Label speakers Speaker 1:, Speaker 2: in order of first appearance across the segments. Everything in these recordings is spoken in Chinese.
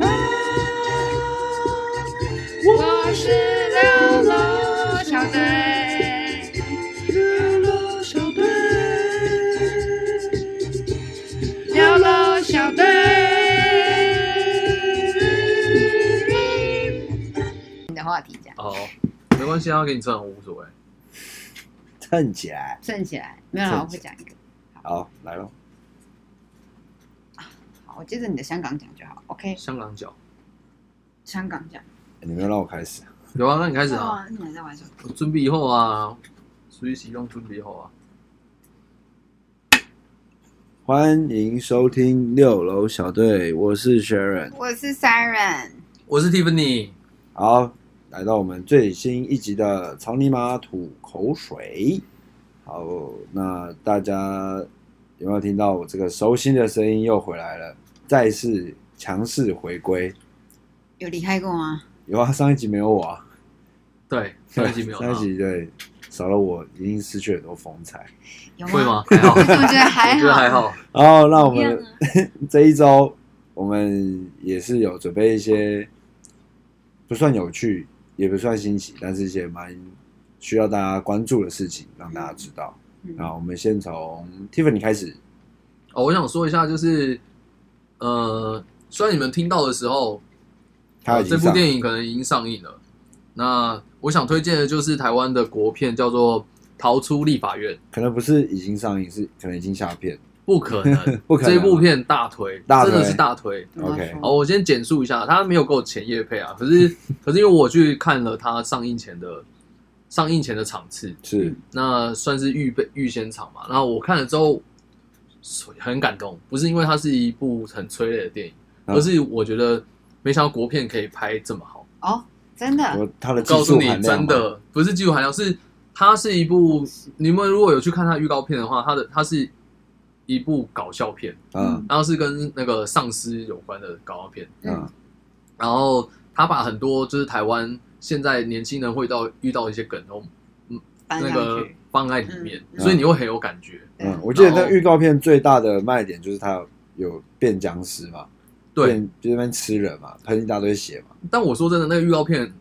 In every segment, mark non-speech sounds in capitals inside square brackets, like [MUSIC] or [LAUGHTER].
Speaker 1: 啊
Speaker 2: 我是流浪小队，
Speaker 1: 日落小队，
Speaker 2: 流浪小队。你的话题讲，
Speaker 3: 哦，没关系啊，给你唱无所谓。
Speaker 1: 站起来。
Speaker 2: 剩起来没有啦，我会讲一个。
Speaker 1: 好，来喽。
Speaker 2: 好，我接着你的香港讲就好。OK，
Speaker 3: 香港脚
Speaker 2: 香港讲。
Speaker 1: 哎你没有让我开始。
Speaker 3: 有啊，那你开始
Speaker 2: 哦，
Speaker 3: 啊。
Speaker 2: 你还在玩什么？
Speaker 3: 我准备以后啊，属于使用准备以后啊。
Speaker 1: 欢迎收听六楼小队，我是 Sharon。
Speaker 2: 我是 Siren，
Speaker 3: 我是 Tiffany，
Speaker 1: 好，来到我们最新一集的草泥马吐口水。好，那大家有没有听到我这个熟悉的声音又回来了？再次强势回归。
Speaker 2: 有离开过吗？
Speaker 1: 有啊，上一集没有我啊，
Speaker 3: 对，上一集没有他
Speaker 1: [LAUGHS] 上一，集对，少了我已经失去了很多风采。
Speaker 2: 有
Speaker 3: 会
Speaker 2: 吗？
Speaker 3: 吗？ [LAUGHS] 还好，
Speaker 2: 我怎么觉得还
Speaker 3: 我
Speaker 2: 好？
Speaker 3: 觉得还好。
Speaker 1: 然后，哦那我
Speaker 2: 一样
Speaker 1: 们
Speaker 2: 啊
Speaker 1: [LAUGHS] 这一周我们也是有准备一些不算有趣，也不算新奇，但是一些蛮需要大家关注的事情，让大家知道。
Speaker 2: 嗯
Speaker 1: 那我们先从 Tiffany 开始。
Speaker 3: 哦，我想说一下，就是呃，虽然你们听到的时候，
Speaker 1: 他
Speaker 3: 呃
Speaker 1: 已
Speaker 3: 这
Speaker 1: 经
Speaker 3: 部
Speaker 1: 上
Speaker 3: 电影可能已经上映了。那我想推荐的就是台湾的国片，叫做《逃出立法院》。
Speaker 1: 可能不是已经上映，是可能已经下片。
Speaker 3: 不可能，
Speaker 1: [LAUGHS] 不可能
Speaker 3: 这部片大推，
Speaker 1: 大推
Speaker 3: 真的是大推。
Speaker 2: 怎么
Speaker 1: OK
Speaker 2: 说
Speaker 3: 哦好，我先简述一下，他没有给我前夜配啊，可
Speaker 1: [LAUGHS]
Speaker 3: 是可是因为我去看了他上映前的上映前的场次，
Speaker 1: 是
Speaker 2: 嗯
Speaker 3: 那算是预备预先场嘛。然后我看了之后很感动，不是因为它是一部很催泪的电影，
Speaker 1: 嗯
Speaker 3: 而是我觉得没想到国片可以拍这么好。
Speaker 2: 哦，真的，
Speaker 1: 我他的技
Speaker 3: 告
Speaker 1: 术
Speaker 3: 诉你，
Speaker 1: 含量
Speaker 3: 真
Speaker 1: 吗
Speaker 3: 的不是技术含量，是它是一部你们如果有去看它的预告片的话，它的它是一部搞笑片。
Speaker 1: 嗯
Speaker 3: 然后是跟那个丧尸有关的搞笑片，
Speaker 1: 嗯
Speaker 3: 然后他把很多就是台湾现在年轻人会到遇到一些梗，然后
Speaker 2: 搬
Speaker 3: 那
Speaker 2: 上
Speaker 3: 个
Speaker 2: 去，
Speaker 3: 放在里面，
Speaker 2: 嗯
Speaker 3: 所以你会很有感觉。
Speaker 2: 对
Speaker 1: 嗯，我记得
Speaker 3: 然
Speaker 1: 那
Speaker 3: 后
Speaker 1: 预告片最大的卖点就是他有变僵尸嘛，
Speaker 3: 对，
Speaker 1: 变就在那边吃人嘛，喷一大堆血嘛。
Speaker 3: 但我说真的，那个预告片，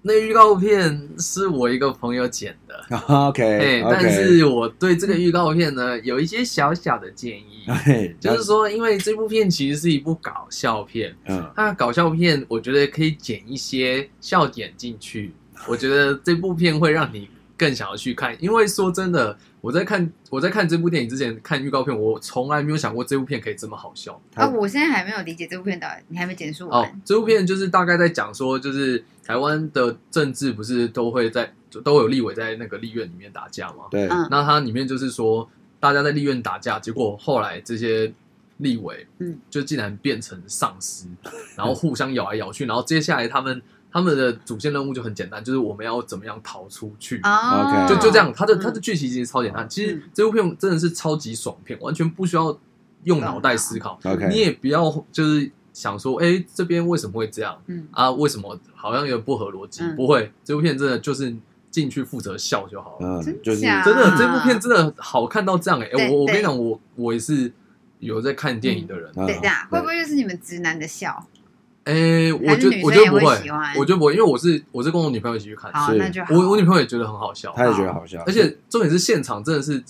Speaker 3: 那个预告片是我一个朋友剪的，哎
Speaker 1: [LAUGHS] OK，，
Speaker 3: 但是我对这个预告片呢有一些小小的建议 [LAUGHS]
Speaker 1: 哎，
Speaker 3: 就是说，因为这部片其实是一部搞笑片，
Speaker 1: 嗯，
Speaker 3: 那搞笑片，我觉得可以剪一些笑点进去。我觉得这部片会让你更想要去看，因为说真的，我在看我在看这部电影之前看预告片，我从来没有想过这部片可以这么好笑。
Speaker 2: 啊，我现在还没有理解这部片的，你还没简述
Speaker 3: 哦
Speaker 2: 完。，
Speaker 3: 这部片就是大概在讲说，就是台湾的政治不是都会在就都有立委在那个立院里面打架吗？
Speaker 1: 对，
Speaker 2: 嗯
Speaker 3: 那它里面就是说，大家在立院打架，结果后来这些立委，
Speaker 2: 嗯，
Speaker 3: 就竟然变成
Speaker 2: [LAUGHS]
Speaker 3: 丧尸，然后互相咬来咬去，然后接下来他们他们的主线任务就很简单，就是我们要怎么样逃出去，
Speaker 2: 啊，
Speaker 1: OK
Speaker 3: 哦就就这样。它的
Speaker 2: 嗯
Speaker 3: 它的剧情其实超简单，其实
Speaker 2: 嗯
Speaker 3: 这部片真的是超级爽片，完全不需要用脑袋思考，
Speaker 1: OK
Speaker 3: 你也不要就是想说，哎，这边为什么会这样
Speaker 2: 嗯，
Speaker 3: 啊？为什么好像有点不合逻辑？
Speaker 2: 嗯
Speaker 3: 不会，这部片真的就是进去负责笑就好了。
Speaker 1: 嗯，
Speaker 2: 真
Speaker 1: 就是
Speaker 2: 假
Speaker 3: 真的
Speaker 2: 啊，
Speaker 3: 这部片真的好看到这样哎、
Speaker 2: 对
Speaker 3: 欸！我我
Speaker 2: 对
Speaker 3: 跟你讲，我我也是有在看电影的人，
Speaker 1: 嗯
Speaker 2: 对这样
Speaker 1: 对
Speaker 2: 会不会就是你们直男的笑？
Speaker 3: 哎、我
Speaker 2: 还是
Speaker 3: 觉
Speaker 2: 女
Speaker 3: 我觉
Speaker 2: 生
Speaker 3: 得不
Speaker 2: 也会喜欢
Speaker 3: 我觉得不会，因为我是我是跟我女朋友一起去看，
Speaker 2: 好，
Speaker 1: 是
Speaker 2: 那就好。
Speaker 3: 我我女朋友也觉得很好笑，
Speaker 1: 他也
Speaker 2: 嗯
Speaker 1: 觉得好笑，
Speaker 3: 而且重点是现场真的是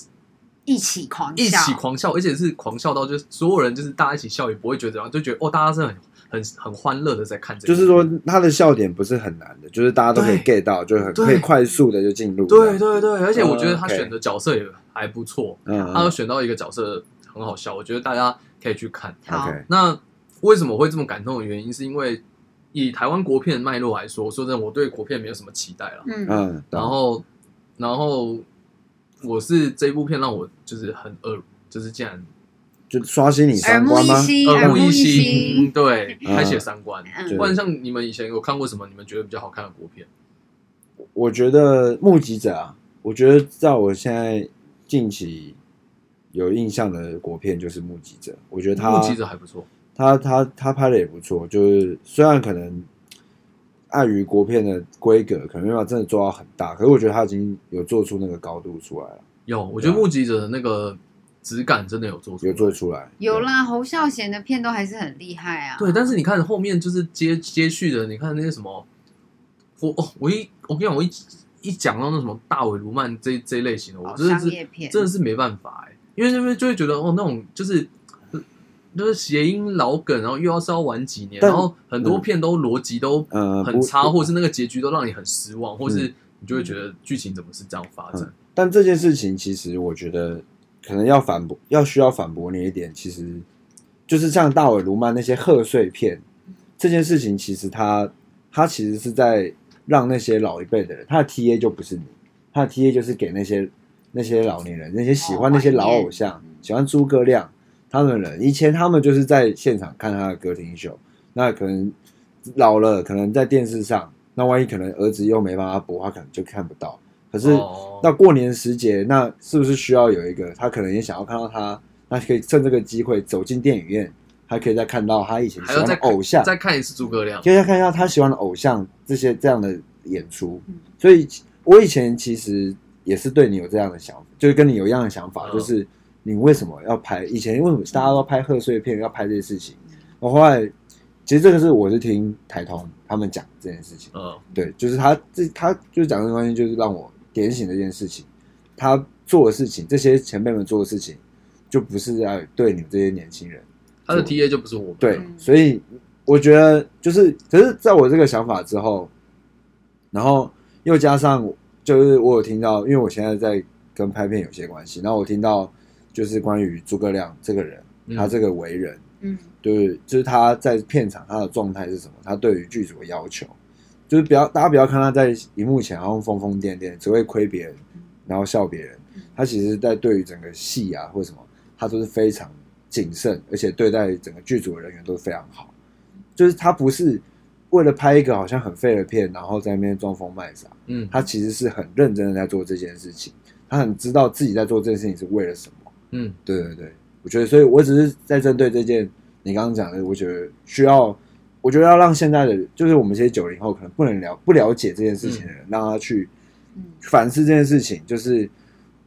Speaker 2: 一起狂
Speaker 3: 一
Speaker 2: 笑，
Speaker 3: 起狂笑，而且是狂笑到就是所有人就是大家一起笑也不会觉得怎样，就觉得哦大家是很很很欢乐的在看这个，
Speaker 1: 就是说他的笑点不是很难的，就是大家都可以
Speaker 3: 对
Speaker 1: get 到，就很
Speaker 3: 对
Speaker 1: 可以快速的就进入。
Speaker 3: 对，对对，而且我觉得
Speaker 1: 嗯
Speaker 3: 他
Speaker 1: ，OK
Speaker 3: 选的角色也还不错，
Speaker 1: 嗯
Speaker 3: 他有
Speaker 1: 嗯
Speaker 3: 选到一个角色很好笑，我觉得大家可以去看。
Speaker 2: 好
Speaker 1: ，OK，
Speaker 3: 那为什么会这么感动的原因，是因为以台湾国片的脉络来说，说真的，我对国片没有什么期待了。
Speaker 2: 嗯，
Speaker 1: 嗯，懂
Speaker 3: 然后，然后我是这部片让我就是很耳，就是竟然
Speaker 1: 就刷新你
Speaker 2: 耳
Speaker 1: 三
Speaker 2: 目
Speaker 1: 观
Speaker 2: 一
Speaker 1: 吗？
Speaker 2: 新，
Speaker 3: 耳目
Speaker 2: 目
Speaker 3: 一
Speaker 2: 新
Speaker 3: 新，，对，
Speaker 1: 嗯
Speaker 3: 开启了三观。
Speaker 2: 嗯
Speaker 1: 对
Speaker 3: 不然像你们以前有看过什么你们觉得比较好看的国片？
Speaker 1: 我觉得《目击者》啊，我觉得在我现在近期有印象的国片就是《目击者》，我觉得他
Speaker 3: 目击者还不错，
Speaker 1: 他他他拍的也不错，就是虽然可能碍于国片的规格，可能没办法真的做到很大，可是我觉得他已经有做出那个高度出来了。
Speaker 3: 有，我觉得
Speaker 1: 对啊
Speaker 3: 目击者的那个质感真的有做出来
Speaker 1: 有做出来，
Speaker 2: 有啦，侯孝贤的片都还是很厉害啊。
Speaker 3: 对，但是你看后面就是接接续的，你看那些什么，我哦，我一我跟你讲，我一一讲到那什么大尾卢曼这这一类型的，我
Speaker 2: 好
Speaker 3: 真的
Speaker 2: 哦商
Speaker 3: 是
Speaker 2: 业片，
Speaker 3: 真的是没办法哎、因为那边就会觉得哦，那种就是就是谐音老梗，然后又要是要玩几年，
Speaker 1: 但
Speaker 3: 然后很多片都逻辑都
Speaker 1: 对，呃，
Speaker 3: 很
Speaker 1: 不嗯
Speaker 3: 差，或者是那个结局都让你很失望，或是你就会觉得剧情怎么是这样发展？
Speaker 1: 但这件事情其实我觉得可能要反驳，要需要反驳你一点，其实就是像大尾卢曼那些贺岁片这件事情，其实他他其实是在让那些老一辈的人，他的 T A 就不是你，他的 T A 就是给那些那些老年人，那些喜欢那些老偶像，喜欢诸葛亮他们的人，以前他们就是在现场看他的歌厅秀，那可能老了，可能在电视上，那万一可能儿子又没办法播，他可能就看不到。可是
Speaker 3: 哦
Speaker 1: 那过年时节，那是不是需要有一个他可能也想要看到他，那可以趁这个机会走进电影院，还可以再看到他以前喜
Speaker 3: 还要
Speaker 1: 欢的
Speaker 3: 再
Speaker 1: 偶像，
Speaker 3: 再看一次诸葛亮，
Speaker 1: 可以再看一下他喜欢的偶像这些这样的演出
Speaker 2: 嗯。
Speaker 1: 所以我以前其实也是对你有这样的想法，就是跟你有一样的想法，
Speaker 3: 嗯
Speaker 1: 就是你为什么要拍？以前为什么大家都拍贺岁片，要拍这些事情？我后来其实这个是我是听台通他们讲这件事情。
Speaker 3: 嗯，
Speaker 1: 对，就是他这他就是讲这个东西，就是让我点醒这件事情。他做的事情，这些前辈们做的事情，就不是要对你们这些年轻人。
Speaker 3: 他的 T A 就不是我们，
Speaker 1: 对
Speaker 2: 嗯，
Speaker 1: 所以我觉得就是，可是在我这个想法之后，然后又加上就是我有听到，因为我现在在跟拍片有些关系，然后我听到就是关于诸葛亮这个人，
Speaker 3: 嗯
Speaker 1: 他这个为人，
Speaker 2: 嗯，
Speaker 1: 对，就是他在片场他的状态是什么，他对于剧组的要求，就是不要大家不要看他在荧幕前好像疯疯癫癫，只会亏别人，然后笑别人
Speaker 2: 嗯，
Speaker 1: 他其实在对于整个戏啊或什么，他都是非常谨慎，而且对待整个剧组的人员都非常好，就是他不是为了拍一个好像很废的片，然后在那边装疯卖傻，
Speaker 3: 嗯
Speaker 1: 他其实是很认真的在做这件事情，他很知道自己在做这件事情是为了什么。
Speaker 3: 嗯，
Speaker 1: 对对对，我觉得，所以我只是在针对这件你刚刚讲的，我觉得需要，我觉得要让现在的，就是我们这些九零后可能不能了不了解这件事情的人，让他去
Speaker 2: 嗯
Speaker 1: 反思这件事情，就是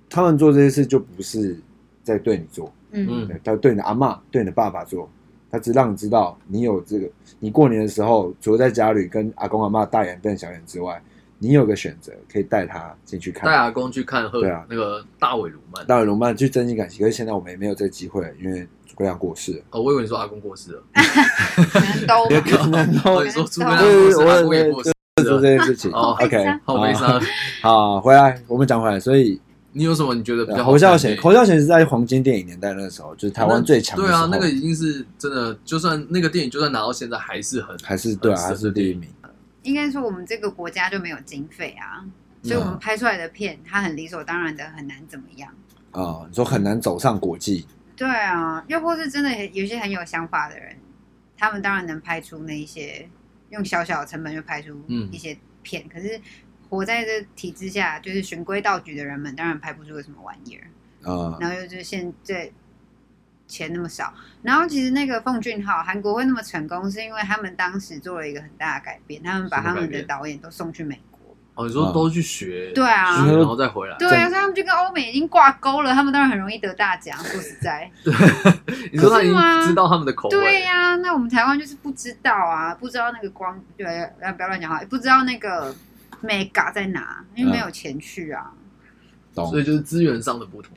Speaker 1: 他们做这些事就不是在对你做，
Speaker 2: 嗯
Speaker 3: 嗯
Speaker 1: 对，他对你的阿嬷、对你的爸爸做，他只让你知道你有这个，你过年的时候除了在家里跟阿公阿嬷大眼瞪小眼之外，你有个选择可以带他进去看
Speaker 3: 带，阿公去看贺
Speaker 1: 对啊
Speaker 3: 那个大尾卢曼，
Speaker 1: 大耳龙曼去真心感情，可是现在我们也没有这个机会了，因为诸葛亮过世了。
Speaker 3: 哦，我以为你说阿公过世了，
Speaker 2: 可能都吧
Speaker 3: [LAUGHS]
Speaker 2: 哦
Speaker 3: 我你说诸葛亮
Speaker 1: 对
Speaker 3: 过
Speaker 1: 对
Speaker 3: 世，
Speaker 1: 对啊
Speaker 3: 阿公也过世
Speaker 1: 做
Speaker 3: 了，
Speaker 1: 这件事情。
Speaker 3: 哦
Speaker 1: OK，
Speaker 3: 好悲
Speaker 1: 好。
Speaker 3: 伤。
Speaker 1: 好，回来，我们讲回来，所以
Speaker 3: 你有什么你觉得比较
Speaker 1: 呃
Speaker 3: 好
Speaker 1: 侯
Speaker 3: 看的
Speaker 1: 孝贤，
Speaker 3: 电影
Speaker 1: 侯孝贤是在黄金电影年代那个时候，就是台湾最强的
Speaker 3: 对
Speaker 1: 时候
Speaker 3: 啊，，那个已经是真的，就算那个电影就算拿到现在还是很
Speaker 1: 还是对啊，还
Speaker 3: 很
Speaker 1: 是
Speaker 3: 神的
Speaker 1: 第一
Speaker 3: 电影
Speaker 1: 名。
Speaker 2: 应该说我们这个国家就没有经费啊，
Speaker 3: 嗯
Speaker 2: 所以我们拍出来的片，它很理所当然的很难怎么样。
Speaker 1: 啊，你说很难走上国际，
Speaker 2: 对啊，又或是真的有些很有想法的人，他们当然能拍出那一些用小小的成本就拍出
Speaker 3: 嗯
Speaker 2: 一些片，可是活在这体制下，就是循规蹈矩的人们，当然拍不出个什么玩意儿。
Speaker 1: 啊，
Speaker 2: 然后又就是现在钱那么少，然后其实那个奉俊昊韩国会那么成功，是因为他们当时做了一个很大的改变，他们把
Speaker 3: 什么
Speaker 2: 他们
Speaker 3: 改
Speaker 2: 的
Speaker 3: 变
Speaker 2: 导演都送去美国。
Speaker 3: 哦，你
Speaker 1: 嗯
Speaker 3: 说都去学，
Speaker 2: 对啊
Speaker 3: 学然后再回来，
Speaker 2: 对啊，所以他们就跟欧美已经挂钩了，他们当然很容易得大奖。说实在，
Speaker 3: 你说他已
Speaker 2: 是吗
Speaker 3: 经知道他们的口味，
Speaker 2: 对呀、那我们台湾就是不知道啊，不知道那个光，对，呃不要乱讲话，不知道那个美嘎在哪，因为没有钱去啊。
Speaker 1: 懂
Speaker 3: 所？以就是资源上的不同。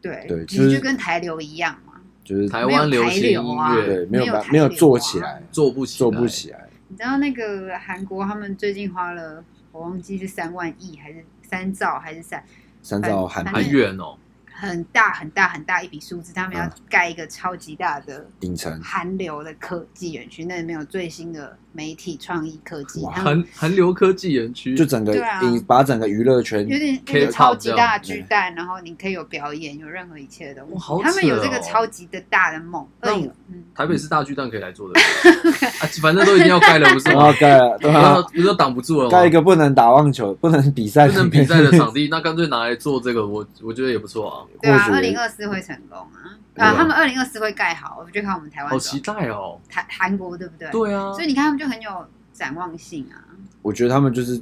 Speaker 2: 对，
Speaker 1: 对
Speaker 2: 其
Speaker 1: 就
Speaker 2: 实
Speaker 1: 是
Speaker 2: 就跟台流一样嘛。
Speaker 1: 就是
Speaker 3: 台湾流行
Speaker 2: 没有台
Speaker 3: 音
Speaker 2: 流啊
Speaker 3: 乐
Speaker 1: 对没有
Speaker 2: 没有
Speaker 1: 办
Speaker 2: 台
Speaker 1: 没有
Speaker 2: 流
Speaker 1: 做
Speaker 2: 啊
Speaker 1: 起来，
Speaker 3: 做不起，
Speaker 1: 做不。起来。
Speaker 2: 你知道那个韩国他们最近花了，我忘记是三万亿还是三兆还是三
Speaker 1: 三兆韩
Speaker 2: 反
Speaker 3: 很
Speaker 2: 正
Speaker 1: 币
Speaker 3: 远哦，
Speaker 2: 很大很大很大一笔数字，他们要
Speaker 1: 嗯
Speaker 2: 盖一个超级大的
Speaker 1: 影城，
Speaker 2: 韩流的科技园区，那里面有最新的媒体创意科技，
Speaker 1: 哇
Speaker 2: 他们
Speaker 3: 韩韩流科技园区
Speaker 1: 就整个
Speaker 2: 对啊
Speaker 1: 影把整个娱乐圈
Speaker 2: 有点那
Speaker 3: K-pop
Speaker 2: 个超级大的
Speaker 1: 这样
Speaker 2: 巨蛋，然后你可以有表演，有任何一切的东
Speaker 3: 哇
Speaker 2: 西
Speaker 3: 好。
Speaker 2: 他们
Speaker 3: 扯
Speaker 2: 有这个
Speaker 3: 哦
Speaker 2: 超级的大的梦，
Speaker 3: 那
Speaker 2: 二
Speaker 3: 我
Speaker 2: 零嗯，
Speaker 3: 台北市大巨蛋可以来做
Speaker 2: [LAUGHS]
Speaker 3: 的，啊，反正都已经要盖了，不是
Speaker 1: 然
Speaker 3: 吗
Speaker 1: 后？盖了 [LAUGHS] 对
Speaker 3: 不
Speaker 1: 啊
Speaker 3: 是，不是都挡不住了吗？
Speaker 1: 盖一个不能打棒球、不能比赛、
Speaker 3: 不能比赛的场地，那干脆拿来做这个，我我觉得也不错啊，
Speaker 2: 对啊，
Speaker 1: 或
Speaker 2: 二
Speaker 1: 许
Speaker 2: 零二四会成功啊
Speaker 1: 对啊
Speaker 2: 啊，他们二零二四会盖好，我们就看我们台湾
Speaker 3: 好
Speaker 2: 怎么
Speaker 3: 期待哦。
Speaker 2: 台韩国对不啊对？
Speaker 3: 对啊
Speaker 2: 所，以你看他们就很有展望性啊。
Speaker 1: 我觉得他们就是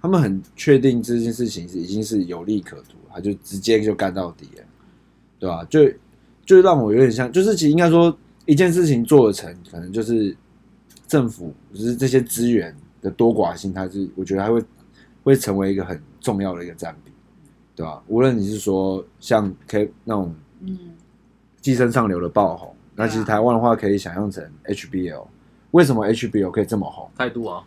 Speaker 1: 他们很确定这件事情是已经是有利可图，他就直接就干到底了，对吧、就就让我有点像，就是其实应该说一件事情做得成，可能就是政府就是这些资源的多寡性，它是我觉得它会会成为一个很重要的一个占比，对吧？无论你是说像 K 那种
Speaker 2: 嗯，
Speaker 1: [LAUGHS] 寄生上流的爆红，那其实
Speaker 3: 啊
Speaker 1: 台湾的话可以想象成 HBL，为什么 HBL 可以这么红
Speaker 3: 态度啊，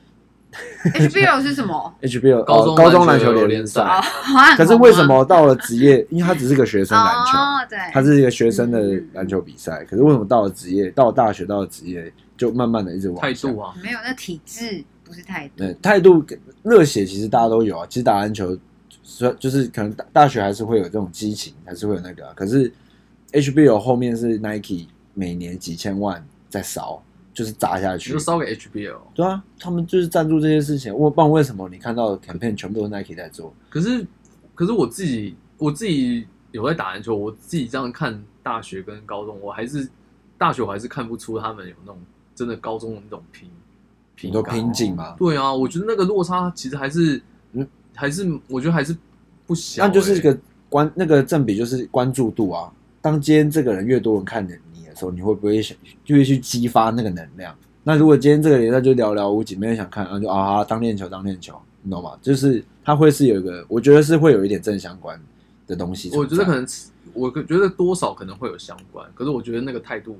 Speaker 2: HBO 是什么？
Speaker 1: ？HBO
Speaker 3: 高中
Speaker 1: 呃、高中
Speaker 3: 篮
Speaker 1: 篮
Speaker 3: 球
Speaker 1: 球
Speaker 3: 联
Speaker 1: 联
Speaker 3: 赛
Speaker 2: 哦
Speaker 1: 赛，，可是为什么到了职业？因为他只是个学生篮球，
Speaker 2: 哦，对，
Speaker 1: 它是一个学生的篮球比赛，可是为什么到了职业，到了大学，到了职业，就慢慢的一直往
Speaker 3: 态
Speaker 1: 下
Speaker 3: 度？啊，
Speaker 2: 没有那体制，不是态度。
Speaker 1: 对，态度热血其实大家都有啊。其实打篮球，虽就是可能大大学还是会有这种激情，还是会有那个、啊。可是 HBO 后面是 Nike 每年几千万在烧，就是砸下
Speaker 3: 你
Speaker 1: 去
Speaker 3: 就。烧给 HBL。
Speaker 1: 对啊，他们就是赞助这些事情。我不然为什么你看到的 campaign 全部都是 Nike 在做？
Speaker 3: 可是，可是我自己我自己有在打篮球，我自己这样看大学跟高中，我还是大学我还是看不出他们有那种真的高中的那种拼
Speaker 1: 你
Speaker 3: 拼
Speaker 1: 都
Speaker 3: 感
Speaker 1: 拼劲嘛？
Speaker 3: 对啊，我觉得那个落差其实还是，
Speaker 1: 嗯
Speaker 3: 还是我觉得还是不小、
Speaker 1: 那就是
Speaker 3: 欸
Speaker 1: 个关那个正比就是关注度啊。当今天这个人越多人看着你的时候，你会不会想就会去激发那个能量？那如果今天这个联赛就寥寥无几，没人想看，然后就啊当练球当练球，你懂吗？就是它会是有一个，我觉得是会有一点正相关的东西存在。
Speaker 3: 我觉得可能，我觉得多少可能会有相关，可是我觉得那个态度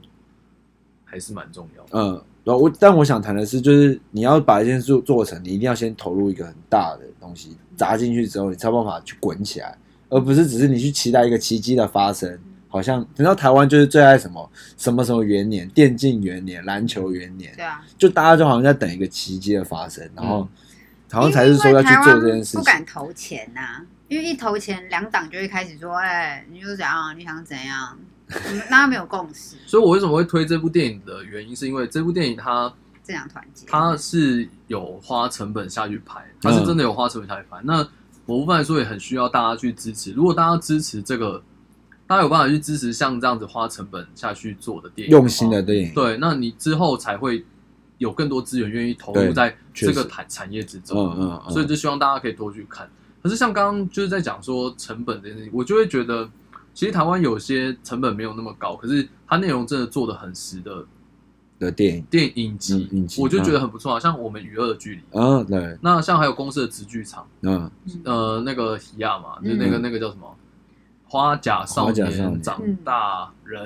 Speaker 3: 还是蛮重要的。
Speaker 1: 嗯，然后我但我想谈的是，就是你要把一件事做做成，你一定要先投入一个很大的东西砸进去之后，你才有办法去滚起来，而不是只是你去期待一个奇迹的发生。好像等到台湾就是最爱什么什么什么元年，电竞元年、篮球元年，
Speaker 2: 对啊，
Speaker 1: 就大家就好像在等一个奇迹的发生，然后
Speaker 3: 嗯
Speaker 1: 好像才是说要去做这
Speaker 2: 因为台
Speaker 1: 件
Speaker 2: 湾
Speaker 1: 事
Speaker 2: 不
Speaker 1: 情。
Speaker 2: 敢投钱呐、因为一投钱，两党就会开始说：“哎，你又怎样？你想怎
Speaker 1: [LAUGHS]
Speaker 2: 样？”我们大家没有共识，
Speaker 3: 所以我为什么会推这部电影的原因，是因为这部电影它
Speaker 2: 这样团结。
Speaker 3: 它是有花成本下去拍，它是真的有花成本下去拍。那某部分来说也很需要大家去支持。如果大家支持这个，大家有办法去支持像这样子花成本下去做的电影，
Speaker 1: 用心的电影，
Speaker 3: 对，那你之后才会有更多资源愿意投入
Speaker 1: 对
Speaker 3: 在这个
Speaker 1: 确实
Speaker 3: 产产业之中。
Speaker 1: 嗯嗯嗯，
Speaker 3: 所以就希望大家可以多去看。可是像刚刚就是在讲说成本这件事情，我就会觉得，其实台湾有些成本没有那么高，可是它内容真的做的很实的
Speaker 1: 的电影，
Speaker 3: 电影集，
Speaker 1: 嗯影集
Speaker 3: 我就觉得很不错啊。像我们娱乐的距离，
Speaker 1: 嗯对，
Speaker 3: 那像还有公司的直剧场，
Speaker 1: 嗯
Speaker 2: 嗯
Speaker 3: 呃，那个喜亚嘛，就是那个
Speaker 1: 嗯
Speaker 3: 那个叫什么？花甲少
Speaker 1: 花甲少
Speaker 3: 年
Speaker 1: 年
Speaker 3: 长大人、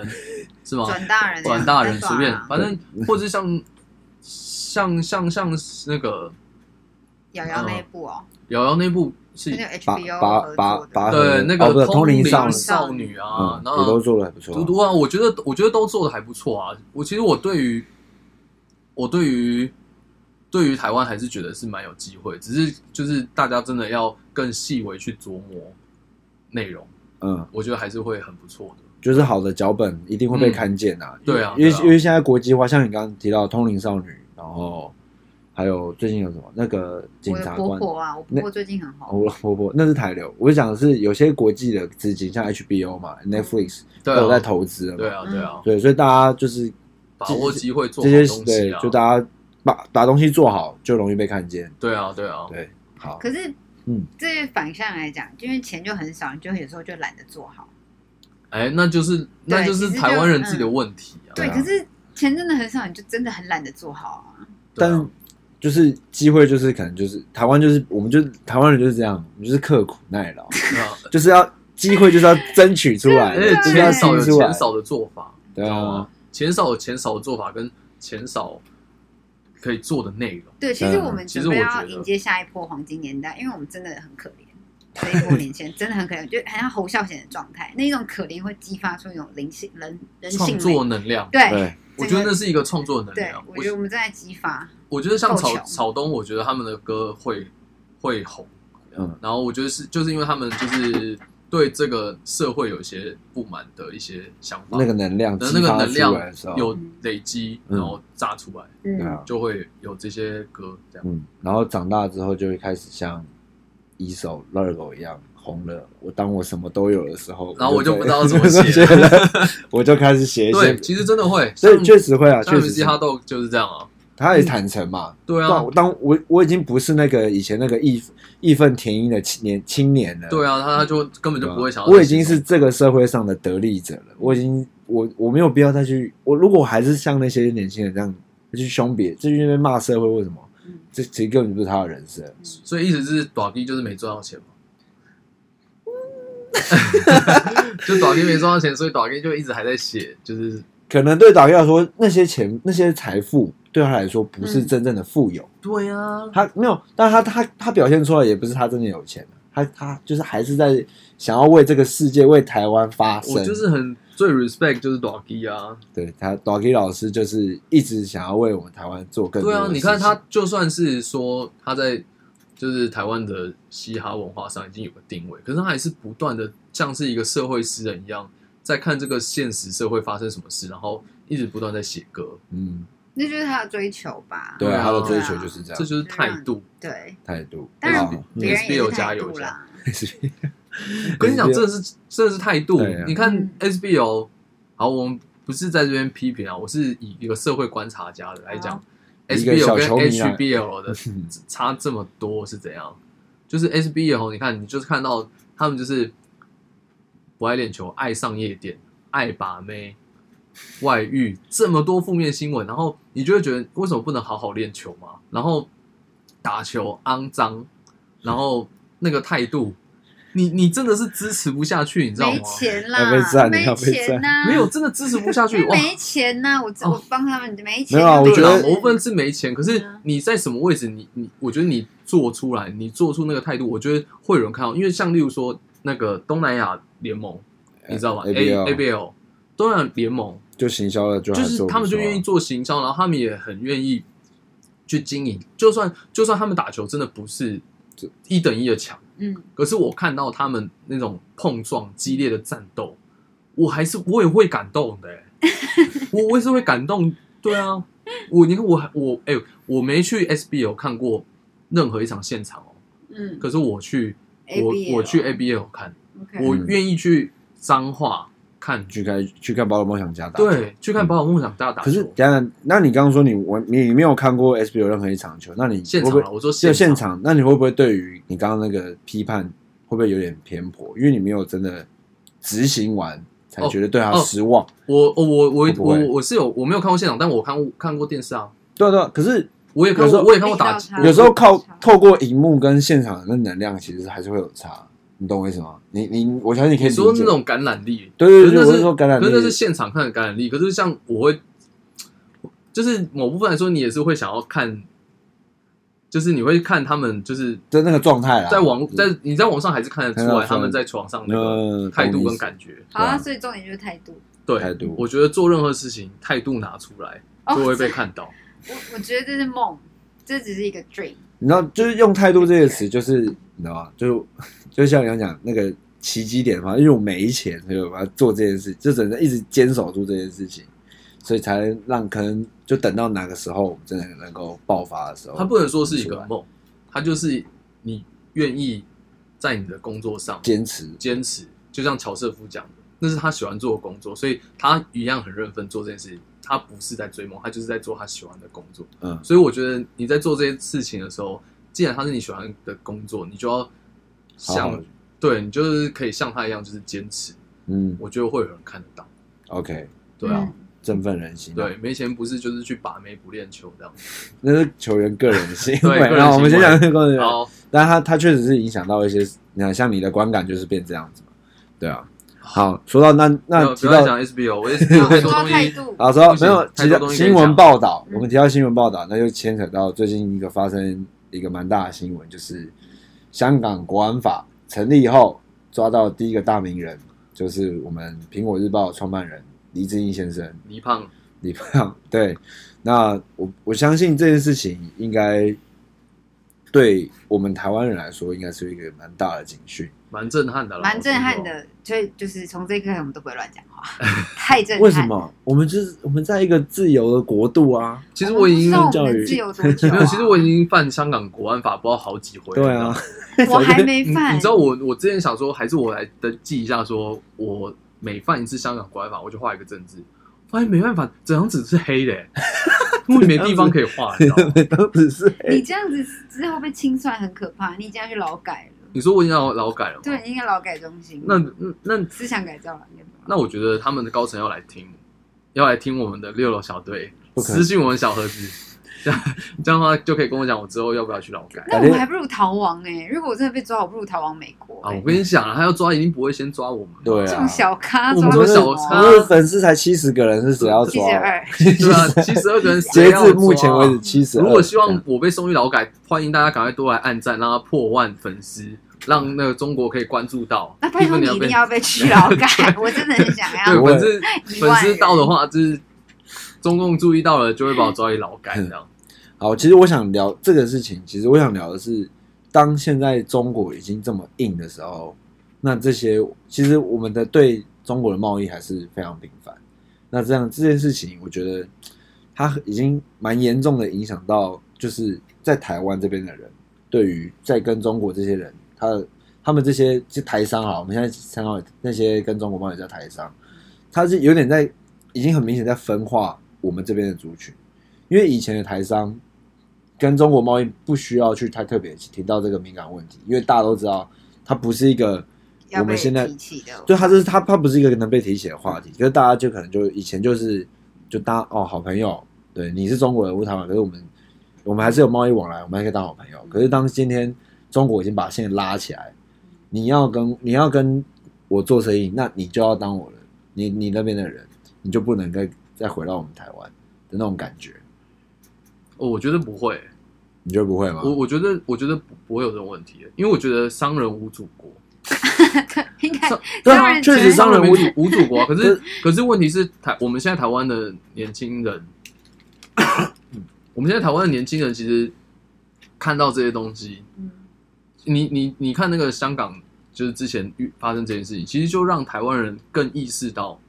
Speaker 3: 是吗？
Speaker 2: 嗯
Speaker 3: [LAUGHS]
Speaker 2: 转大人，
Speaker 3: 管大人
Speaker 2: 在
Speaker 3: 随
Speaker 2: 转
Speaker 3: 便
Speaker 2: 啊，
Speaker 3: 反正或者像像像像那个
Speaker 2: 瑶瑶那一部哦，
Speaker 3: 瑶瑶那部是
Speaker 2: 那个
Speaker 1: 拔
Speaker 2: HBO
Speaker 1: 拔
Speaker 2: 合
Speaker 1: 拔
Speaker 2: 作
Speaker 1: 拔
Speaker 2: 的，
Speaker 3: 嗯对，那个
Speaker 1: 哦不是通灵
Speaker 3: 少
Speaker 1: 少
Speaker 3: 少
Speaker 2: 女
Speaker 3: 女啊
Speaker 1: 嗯，，
Speaker 3: 然
Speaker 1: 也都
Speaker 3: 后
Speaker 1: 做的还不错啊，
Speaker 3: 嘟嘟啊，我觉得我觉得都做的还不错啊。我其实我对于我对于对于台湾还是觉得是蛮有机会，只是就是大家真的要更细微去琢磨内容，
Speaker 1: 嗯。
Speaker 3: 我觉得还是会很不错的。
Speaker 1: 就是好的脚本一定会被看见啊。
Speaker 3: 嗯对啊
Speaker 1: 因为
Speaker 3: 对啊
Speaker 1: 因为现在国际化，像你刚刚提到《通灵少女》，然后还有最近有什么那个警
Speaker 2: 我的
Speaker 1: 察
Speaker 2: 婆
Speaker 1: 官。哦
Speaker 2: 婆啊，我婆婆最近很红，
Speaker 1: 我婆婆那是台流，我讲的是有些国际的资金，像 HBO 嘛、Netflix
Speaker 3: 对
Speaker 1: 都有在
Speaker 3: 啊，
Speaker 1: 投资了
Speaker 3: 对
Speaker 1: 嘛。
Speaker 3: 啊，对
Speaker 2: 嗯
Speaker 3: 啊，
Speaker 1: 对，所以大家就是
Speaker 3: 把握机会做
Speaker 1: 这
Speaker 3: 好
Speaker 1: 些
Speaker 3: 东
Speaker 1: 对
Speaker 3: 西，啊
Speaker 1: 就，大家把把东西做好，就容易被看见。
Speaker 3: 对啊，对啊，
Speaker 1: 对，好，
Speaker 2: 可是，
Speaker 1: 嗯，
Speaker 2: 这反向来讲，因为钱就很少，你就有时候就懒得做好。
Speaker 3: 哎，那就是那
Speaker 2: 对
Speaker 3: 就
Speaker 2: 其
Speaker 3: 是
Speaker 2: 实就嗯
Speaker 3: 台湾人自己的问题啊。
Speaker 2: 对，
Speaker 1: 啊
Speaker 2: 可是钱真的很少，你就真的很懒得做好啊。
Speaker 3: 对啊
Speaker 1: [LAUGHS] 但就是机会，就是可能就是台湾，就是我们就台湾人就是这样，我们就是刻苦耐劳，
Speaker 3: 对啊
Speaker 1: 就是要机会就是要争取出来，
Speaker 3: 而
Speaker 2: 对
Speaker 3: 且
Speaker 1: 就是要
Speaker 3: 哎钱少有
Speaker 1: 拼出来
Speaker 3: 钱。少的做法，
Speaker 1: 对
Speaker 3: 知道
Speaker 1: 啊
Speaker 3: 吗，？钱少有钱少的做法跟钱少可以做的内容，
Speaker 2: 对，其实
Speaker 1: 嗯
Speaker 2: 我们
Speaker 3: 其
Speaker 2: 准
Speaker 3: 实
Speaker 2: 备
Speaker 3: 我
Speaker 2: 要
Speaker 3: 觉得
Speaker 2: 迎接下一波黄金年代，因为我们真的很可怜，这一波年轻人真的很可怜，就很像侯孝贤的状态，那一种可怜会激发出一种灵性人人性
Speaker 3: 创
Speaker 2: 美
Speaker 3: 作能量。
Speaker 2: 对
Speaker 1: 对，啊
Speaker 3: 我觉得
Speaker 2: 整
Speaker 3: 那
Speaker 2: 个
Speaker 3: 是一个创作能
Speaker 2: 对
Speaker 3: 量。，我
Speaker 2: 我觉得我们正在激发，
Speaker 3: 我觉得像
Speaker 2: 够
Speaker 3: 草
Speaker 2: 强
Speaker 3: 草东，我觉得他们的歌会会红，
Speaker 1: 嗯，
Speaker 3: 然后我觉得是就是因为他们就是对这个社会有一些不满的一些想法，
Speaker 1: 那个能量
Speaker 3: 的
Speaker 1: 激
Speaker 3: 啊那个
Speaker 1: 发
Speaker 3: 能
Speaker 1: 出来的
Speaker 3: 量
Speaker 1: 时候，
Speaker 3: 有累积，
Speaker 1: 嗯
Speaker 3: 然后炸出来，
Speaker 2: 嗯
Speaker 1: 对，啊，
Speaker 3: 就会有这些歌这样。
Speaker 1: 嗯，然后长大之后就会开始像一首《热狗》一样红了。我当我什么都有的时候，
Speaker 3: 然后我就
Speaker 1: 在
Speaker 3: 不知
Speaker 1: [LAUGHS]
Speaker 3: 道怎么写
Speaker 1: 了， [LAUGHS] 我就开始写一些
Speaker 3: 对，。其实真的会，
Speaker 1: 所以
Speaker 3: 像
Speaker 1: 确实会啊，
Speaker 3: 像
Speaker 1: 确
Speaker 3: 嘻
Speaker 1: 实
Speaker 3: 哈豆就是这样啊。
Speaker 1: 他也坦诚嘛。
Speaker 3: 对啊，
Speaker 1: 当当我我已经不是那个以前那个义义愤填膺的青年青年了，
Speaker 3: 对啊，他他就根本
Speaker 1: 对
Speaker 3: 就
Speaker 1: 吧，
Speaker 3: 不会想要。
Speaker 1: 我已经是这个社会上的得利者了，我已经我我没有必要再去，我如果我还是像那些年轻人这样去凶别，就去那边骂社会，为什么？
Speaker 2: 嗯
Speaker 1: 这其实根本就不是他的人生。
Speaker 3: 所以意思是短弟就是没赚到 [LAUGHS] 钱嘛。就短弟没赚到钱，所以短弟就一直还在写，就是
Speaker 1: 可能对导游来说，那些钱、那些财富对他来说不是
Speaker 2: 嗯
Speaker 1: 真正的富有，
Speaker 3: 对啊，
Speaker 1: 他没有，但他他他表现出来也不是他真的有钱，啊他他就是还是在想要为这个世界、为台湾发声。
Speaker 3: 我就是很最 respect 就是短弟啊，
Speaker 1: 对他 d o k i 老师就是一直想要为我们台湾做更多
Speaker 3: 对
Speaker 1: 的事
Speaker 3: 啊，
Speaker 1: 情。
Speaker 3: 你看他就算是说他在就是台湾的嘻哈文化上已经有个定位，可是他还是不断的像是一个社会诗人一样，在看这个现实社会发生什么事，然后一直不断在写歌，
Speaker 1: 嗯，
Speaker 2: 那就是他的追求吧。
Speaker 1: 对
Speaker 3: 对
Speaker 1: 啊，
Speaker 3: 啊
Speaker 1: 他的追求就是啊这样，
Speaker 3: 这就是啊态度。
Speaker 2: 对，
Speaker 1: 态度。
Speaker 2: 当然
Speaker 3: 哦
Speaker 1: 好 [LAUGHS]
Speaker 2: 别人也
Speaker 3: SBO
Speaker 2: 是
Speaker 3: 加
Speaker 2: 态
Speaker 3: 油
Speaker 2: 度
Speaker 3: 加
Speaker 2: 啦。
Speaker 3: [LAUGHS] 跟你讲，这是这是态度
Speaker 1: 对啊。
Speaker 3: 你看
Speaker 2: 嗯
Speaker 3: SBO，好，我们不是在这边批评啊，我是以一个社会观察家的来讲
Speaker 2: 好
Speaker 1: 一个
Speaker 3: ，SBO
Speaker 1: 小
Speaker 3: 跟
Speaker 1: 球迷啊
Speaker 3: HBL 的差这么多是怎样？就是 SBL，你看，你就是看到他们就是不爱练球，爱上夜店，爱把妹，外遇，这么多负面新闻，然后你就会觉得为什么不能好好练球嘛？然后打球肮脏，然后那个态度，你你真的是支持不下去，你知道吗
Speaker 2: 没？钱
Speaker 1: 要被
Speaker 2: 啦，
Speaker 1: 赞你
Speaker 2: 没
Speaker 1: 要被
Speaker 2: 钱呐，
Speaker 3: 没有，真的支持不下
Speaker 2: 因
Speaker 3: 去
Speaker 2: 为
Speaker 3: 哇！
Speaker 2: 没钱呐，我
Speaker 3: 哦
Speaker 2: 我帮他们没钱。
Speaker 1: 没有啊
Speaker 2: 就
Speaker 1: 我
Speaker 2: 被
Speaker 1: 觉
Speaker 3: 对
Speaker 1: 得
Speaker 3: 啦
Speaker 2: 老
Speaker 3: 某部
Speaker 2: 师
Speaker 3: 分是没钱，可是
Speaker 2: 对啊
Speaker 3: 你在什么位置，你你，我觉得你做出来，你做出那个态度，我觉得会有人看到。因为像例如说那个东南亚联盟，你知道吗
Speaker 1: ABL
Speaker 3: ？A ABL 东南亚联盟，
Speaker 1: 就行销了，就
Speaker 3: 就
Speaker 1: 还
Speaker 3: 是
Speaker 1: 做不
Speaker 3: 他们就
Speaker 1: 错啊
Speaker 3: 愿意做行销，然后他们也很愿意去经营。就算就算他们打球真的不是
Speaker 1: 这
Speaker 3: 一等一的强，
Speaker 2: 嗯，
Speaker 3: 可是我看到他们那种碰撞激烈的战斗，我还是我也会感动
Speaker 1: [LAUGHS]
Speaker 3: 的欸、我我也是会感动。对啊，我你看我还我哎、我没去 SBL 看过任何一场现场哦，
Speaker 2: 嗯
Speaker 3: 可是我去我
Speaker 2: ABL
Speaker 3: 我去 ABL 看，
Speaker 2: ，OK，
Speaker 1: 嗯
Speaker 3: 我愿意去彰化看，
Speaker 1: 去看去看《保罗梦想家》打球。嗯
Speaker 3: 对，去看宝岛梦想大打球。
Speaker 1: 可是等一下，那你刚刚说你我你没有看过 SBO 任何一场球，那你
Speaker 3: 现
Speaker 1: 会
Speaker 3: 场
Speaker 1: 不
Speaker 3: 啊，
Speaker 1: 会
Speaker 3: 我说
Speaker 1: 就
Speaker 3: 现
Speaker 1: 现场？那你会不会对于你刚刚那个批判会不会有点偏颇？因为你没有真的执行完，才
Speaker 3: 哦
Speaker 1: 觉得对他
Speaker 3: 哦
Speaker 1: 失望。
Speaker 3: 我我我我
Speaker 1: 会不
Speaker 3: 我
Speaker 1: 会
Speaker 3: 我是有我没有看过现场，但我看过看过电视啊，
Speaker 1: 对啊对啊，可是
Speaker 3: 我也看
Speaker 1: 有时
Speaker 3: 过
Speaker 1: 候
Speaker 3: 我也看过
Speaker 2: 遇
Speaker 3: 打
Speaker 2: 到，他
Speaker 1: 有时候靠
Speaker 2: 差
Speaker 1: 透过荧幕跟现场的那能量，其实还是会有差，你懂我意思吗？你你，我相信你可以
Speaker 3: 你
Speaker 1: 理解。
Speaker 3: 说那种感染力，
Speaker 1: 对对
Speaker 3: 可是
Speaker 1: 对，
Speaker 3: 那
Speaker 1: 我
Speaker 3: 是
Speaker 1: 说感染力，
Speaker 3: 可是那是现场看的感染力。可是像我会，就是某部分来说，你也是会想要看，就是你会看他们，就是
Speaker 1: 在那个状态啦，
Speaker 3: 在网
Speaker 1: 就是
Speaker 3: 在你在网上还是看得
Speaker 1: 啊嗯看
Speaker 3: 出来
Speaker 1: 到出来
Speaker 3: 他们在床上那个
Speaker 1: 呃
Speaker 3: 态度
Speaker 1: 懂
Speaker 3: 跟
Speaker 1: 你
Speaker 3: 感觉。
Speaker 2: 好啊，
Speaker 1: 对啊
Speaker 2: 所以重点就是态度。
Speaker 3: 对，
Speaker 1: 态度
Speaker 3: 我觉得做任何事情态度拿出来
Speaker 2: 哦
Speaker 3: 就会被看到。
Speaker 2: 我我觉得这是梦，这只是一个 dream。
Speaker 1: 你知道，就是用态度这个词，就是你知道吗？就是就像你刚讲那个奇迹点嘛，因为我没钱，所以我要做这件事，就只能一直坚守住这件事情，所以才能让可能就等到哪个时候我们真的能够爆发的时候，
Speaker 3: 它不能说是一
Speaker 1: 出
Speaker 3: 个
Speaker 1: 来
Speaker 3: 梦，它就是你愿意在你的工作上
Speaker 1: 坚持，
Speaker 3: 坚持，就像乔瑟夫讲的，那是他喜欢做的工作，所以他一样很认真做这件事情。他不是在追梦，他就是在做他喜欢的工作。
Speaker 1: 嗯，
Speaker 3: 所以我觉得你在做这些事情的时候，既然他是你喜欢的工作，你就要像
Speaker 1: 好好地
Speaker 3: 对你就是可以像他一样，就是坚持。
Speaker 1: 嗯
Speaker 3: 我觉得会有人看得到。
Speaker 1: ，OK，
Speaker 3: 对啊，
Speaker 2: 嗯，
Speaker 1: 振奋人心、啊
Speaker 3: 对，，没钱不是就是去把妹不练球这样子。
Speaker 1: 那是球员个人的行
Speaker 3: 对
Speaker 1: 为。
Speaker 3: 个人
Speaker 1: 然后我们
Speaker 3: 行
Speaker 1: 先
Speaker 3: 为哦
Speaker 1: 讲这个个人，
Speaker 3: 然后
Speaker 1: 但他他确实是影响到一些，你看像你的观感就是变这样子嘛，对啊。好，说到那那
Speaker 3: 不
Speaker 1: 提
Speaker 3: 要再
Speaker 1: 到
Speaker 3: 讲 SBO，我也是有太
Speaker 2: [LAUGHS] 说
Speaker 3: 多
Speaker 2: 到
Speaker 3: 东
Speaker 2: 态
Speaker 3: 西。
Speaker 2: 度，
Speaker 1: 啊，说
Speaker 3: 不行
Speaker 1: 没有
Speaker 3: 太多
Speaker 1: 提到
Speaker 3: 东西可以
Speaker 1: 新闻
Speaker 3: 讲
Speaker 1: 报道，
Speaker 2: 嗯
Speaker 1: 我们提到新闻报道，那就牵扯到最近一个发生一个蛮大的新闻，就是香港国安法成立后抓到第一个大名人，就是我们苹果日报创办人黎智英先生
Speaker 3: 黎胖
Speaker 1: 李胖。 [LAUGHS] 对，那我我相信这件事情应该对我们台湾人来说，应该是一个蛮大的警讯。
Speaker 3: 蛮震撼的啦，
Speaker 2: 蛮震撼
Speaker 3: 我觉得。
Speaker 2: 的。所以就是从这一刻我们都不会乱讲话，太震撼。
Speaker 1: 为什？么？我们就是我们在一个自由的国度啊，
Speaker 3: 其实我已经
Speaker 2: 我
Speaker 1: 教
Speaker 2: 们
Speaker 1: 育
Speaker 2: 的自由多久啊？
Speaker 3: 没有，其实我已经犯香港国安法不知道好几回了。
Speaker 1: 对啊，
Speaker 2: 我还没
Speaker 3: 你
Speaker 2: 犯。
Speaker 3: 你知道我我之前想说，还是我来的记一下说我每犯一次香港国安法，我就画一个政治。发现没办法，整张纸是黑的、
Speaker 1: [LAUGHS]
Speaker 3: 欸，因为没地方可以画，你知道吗？
Speaker 1: 都只是
Speaker 2: 哦
Speaker 1: 哎
Speaker 2: 你这样子之后被清算很可怕，你已经要去劳改了。
Speaker 3: 你说我已经要劳改了吗？
Speaker 2: 对，，你应该劳改中心。
Speaker 3: 那那那
Speaker 2: 思想改造了，应该吧
Speaker 3: 那我觉得他们的高层要来听，要来听我们的六楼小队，
Speaker 1: 不可能
Speaker 3: 私信我们小盒子，这样这样的话就可以跟我讲，我之后要不要去劳改
Speaker 2: 那我们还不如逃亡哎、如果我真的被抓，我不如逃亡美国、
Speaker 3: 啊？
Speaker 2: 欸
Speaker 3: 我跟你讲啊，他要抓一定不会先抓我们，
Speaker 1: 哎对啊，
Speaker 2: 这种小咖
Speaker 3: 我
Speaker 2: 抓
Speaker 3: 们
Speaker 2: 什
Speaker 3: 这
Speaker 2: 么
Speaker 3: 小
Speaker 1: 我
Speaker 3: 咖
Speaker 1: 们的粉丝才七十个人，是谁要
Speaker 2: 七
Speaker 1: 抓
Speaker 2: 十？二，
Speaker 3: 对
Speaker 1: [LAUGHS]
Speaker 3: 啊，七十二个人谁
Speaker 1: 截
Speaker 3: 要抓啊
Speaker 1: 至目前为止，七十。
Speaker 3: 如果希望我被送去劳改，欢迎大家赶快多来按赞，让他破万粉丝，让那个中国可以关注到。
Speaker 2: 那拜托你一定要被驱劳改，我真的很想
Speaker 3: 对
Speaker 2: 要
Speaker 1: 我
Speaker 3: 粉丝
Speaker 2: 一
Speaker 3: 粉
Speaker 2: 万
Speaker 3: 丝
Speaker 2: 人
Speaker 3: 到的话，就是中共注意到了，就会把我抓去劳改这样。
Speaker 1: 好，其实我想聊这个事情，其实我想聊的是，当现在中国已经这么硬的时候，那这些其实我们的对中国的贸易还是非常频繁。那这样这件事情，我觉得它已经蛮严重的影响到，就是在台湾这边的人，对于在跟中国这些人，他的他们这些就台商啊，我们现在看到那些跟中国贸易叫台商，他是有点在已经很明显在分化我们这边的族群。因为以前的台商跟中国贸易不需要去太特别提到这个敏感问题，因为大家都知道它不是一个
Speaker 2: 要
Speaker 1: 我
Speaker 2: 被
Speaker 1: 们现在
Speaker 2: 提起的。
Speaker 1: 对它这是它它不是一个能被提起的话题，可是大家就可能就以前就是就当哦好朋友，对你是中国人，我是台湾，可是我们我们还是有贸易往来，我们还可以当好朋友。可是当今天中国已经把线拉起来，你要跟你要跟我做生意，那你就要当我的，你你那边的人，你就不能再再回到我们台湾的那种感觉，
Speaker 3: 哦我觉得不
Speaker 1: [LAUGHS]
Speaker 3: 会，
Speaker 1: 你觉得不会吗？
Speaker 3: 我我觉得我觉得不不会有这种问题，因为我觉得商人无祖国，
Speaker 2: 应该
Speaker 3: 上
Speaker 1: 对
Speaker 2: 当
Speaker 1: 啊，
Speaker 2: 然
Speaker 1: 确实商人无
Speaker 3: 无
Speaker 1: 主
Speaker 3: 祖无
Speaker 2: [LAUGHS]
Speaker 3: 祖国啊。可是可是问题是台我们现在台湾的年轻人，嗯我们现在台湾的年轻人其实看到这些东西，
Speaker 2: 嗯
Speaker 3: 你你你看那个香港，就是之前遇发生这件事情，其实就让台湾人更意识到，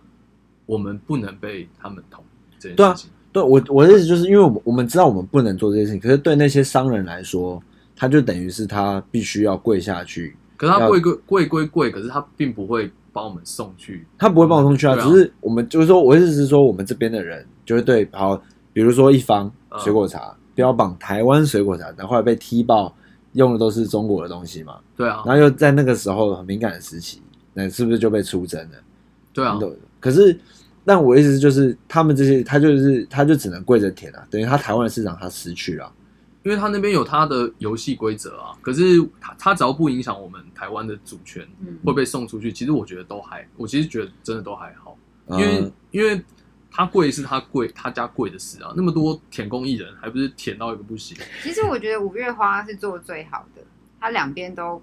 Speaker 3: 我们不能被他们统一这件事情。
Speaker 2: 啊
Speaker 1: 对我我的意思就是，因为我们我们知道我们不能做这件事情，可是对那些商人来说，他就等于是他必须要跪下去，
Speaker 3: 可是他
Speaker 1: 要
Speaker 3: 贵归贵归贵，可是他并不会把我们送去。
Speaker 1: 他不会帮我送去啊，
Speaker 3: 对啊
Speaker 1: 只是我们就是说，我的意思是说，我们这边的人就会对好，比如说一方
Speaker 3: 嗯
Speaker 1: 水果茶、标榜台湾水果茶，然后后来被踢爆，用的都是中国的东西嘛，
Speaker 3: 对啊，
Speaker 1: 然后又在那个时候很敏感的时期，那是不是就被出征了？
Speaker 3: 对啊
Speaker 1: 你，懂可是，但我的意思就是，他们这些，他就是，他就只能跪着舔啊，等于他台湾的市场他失去了、
Speaker 3: 因为他那边有他的游戏规则啊。可是他他只要不影响我们台湾的主权
Speaker 2: 嗯，
Speaker 3: 会被送出去，其实我觉得都还，我其实觉得真的都还好，因
Speaker 1: 嗯
Speaker 3: 为、因为。他贵是他贵，他家贵的事啊，那么多舔工艺人，还不是舔到一个不行，
Speaker 2: 其实我觉得五月花是做得最好的，他两边都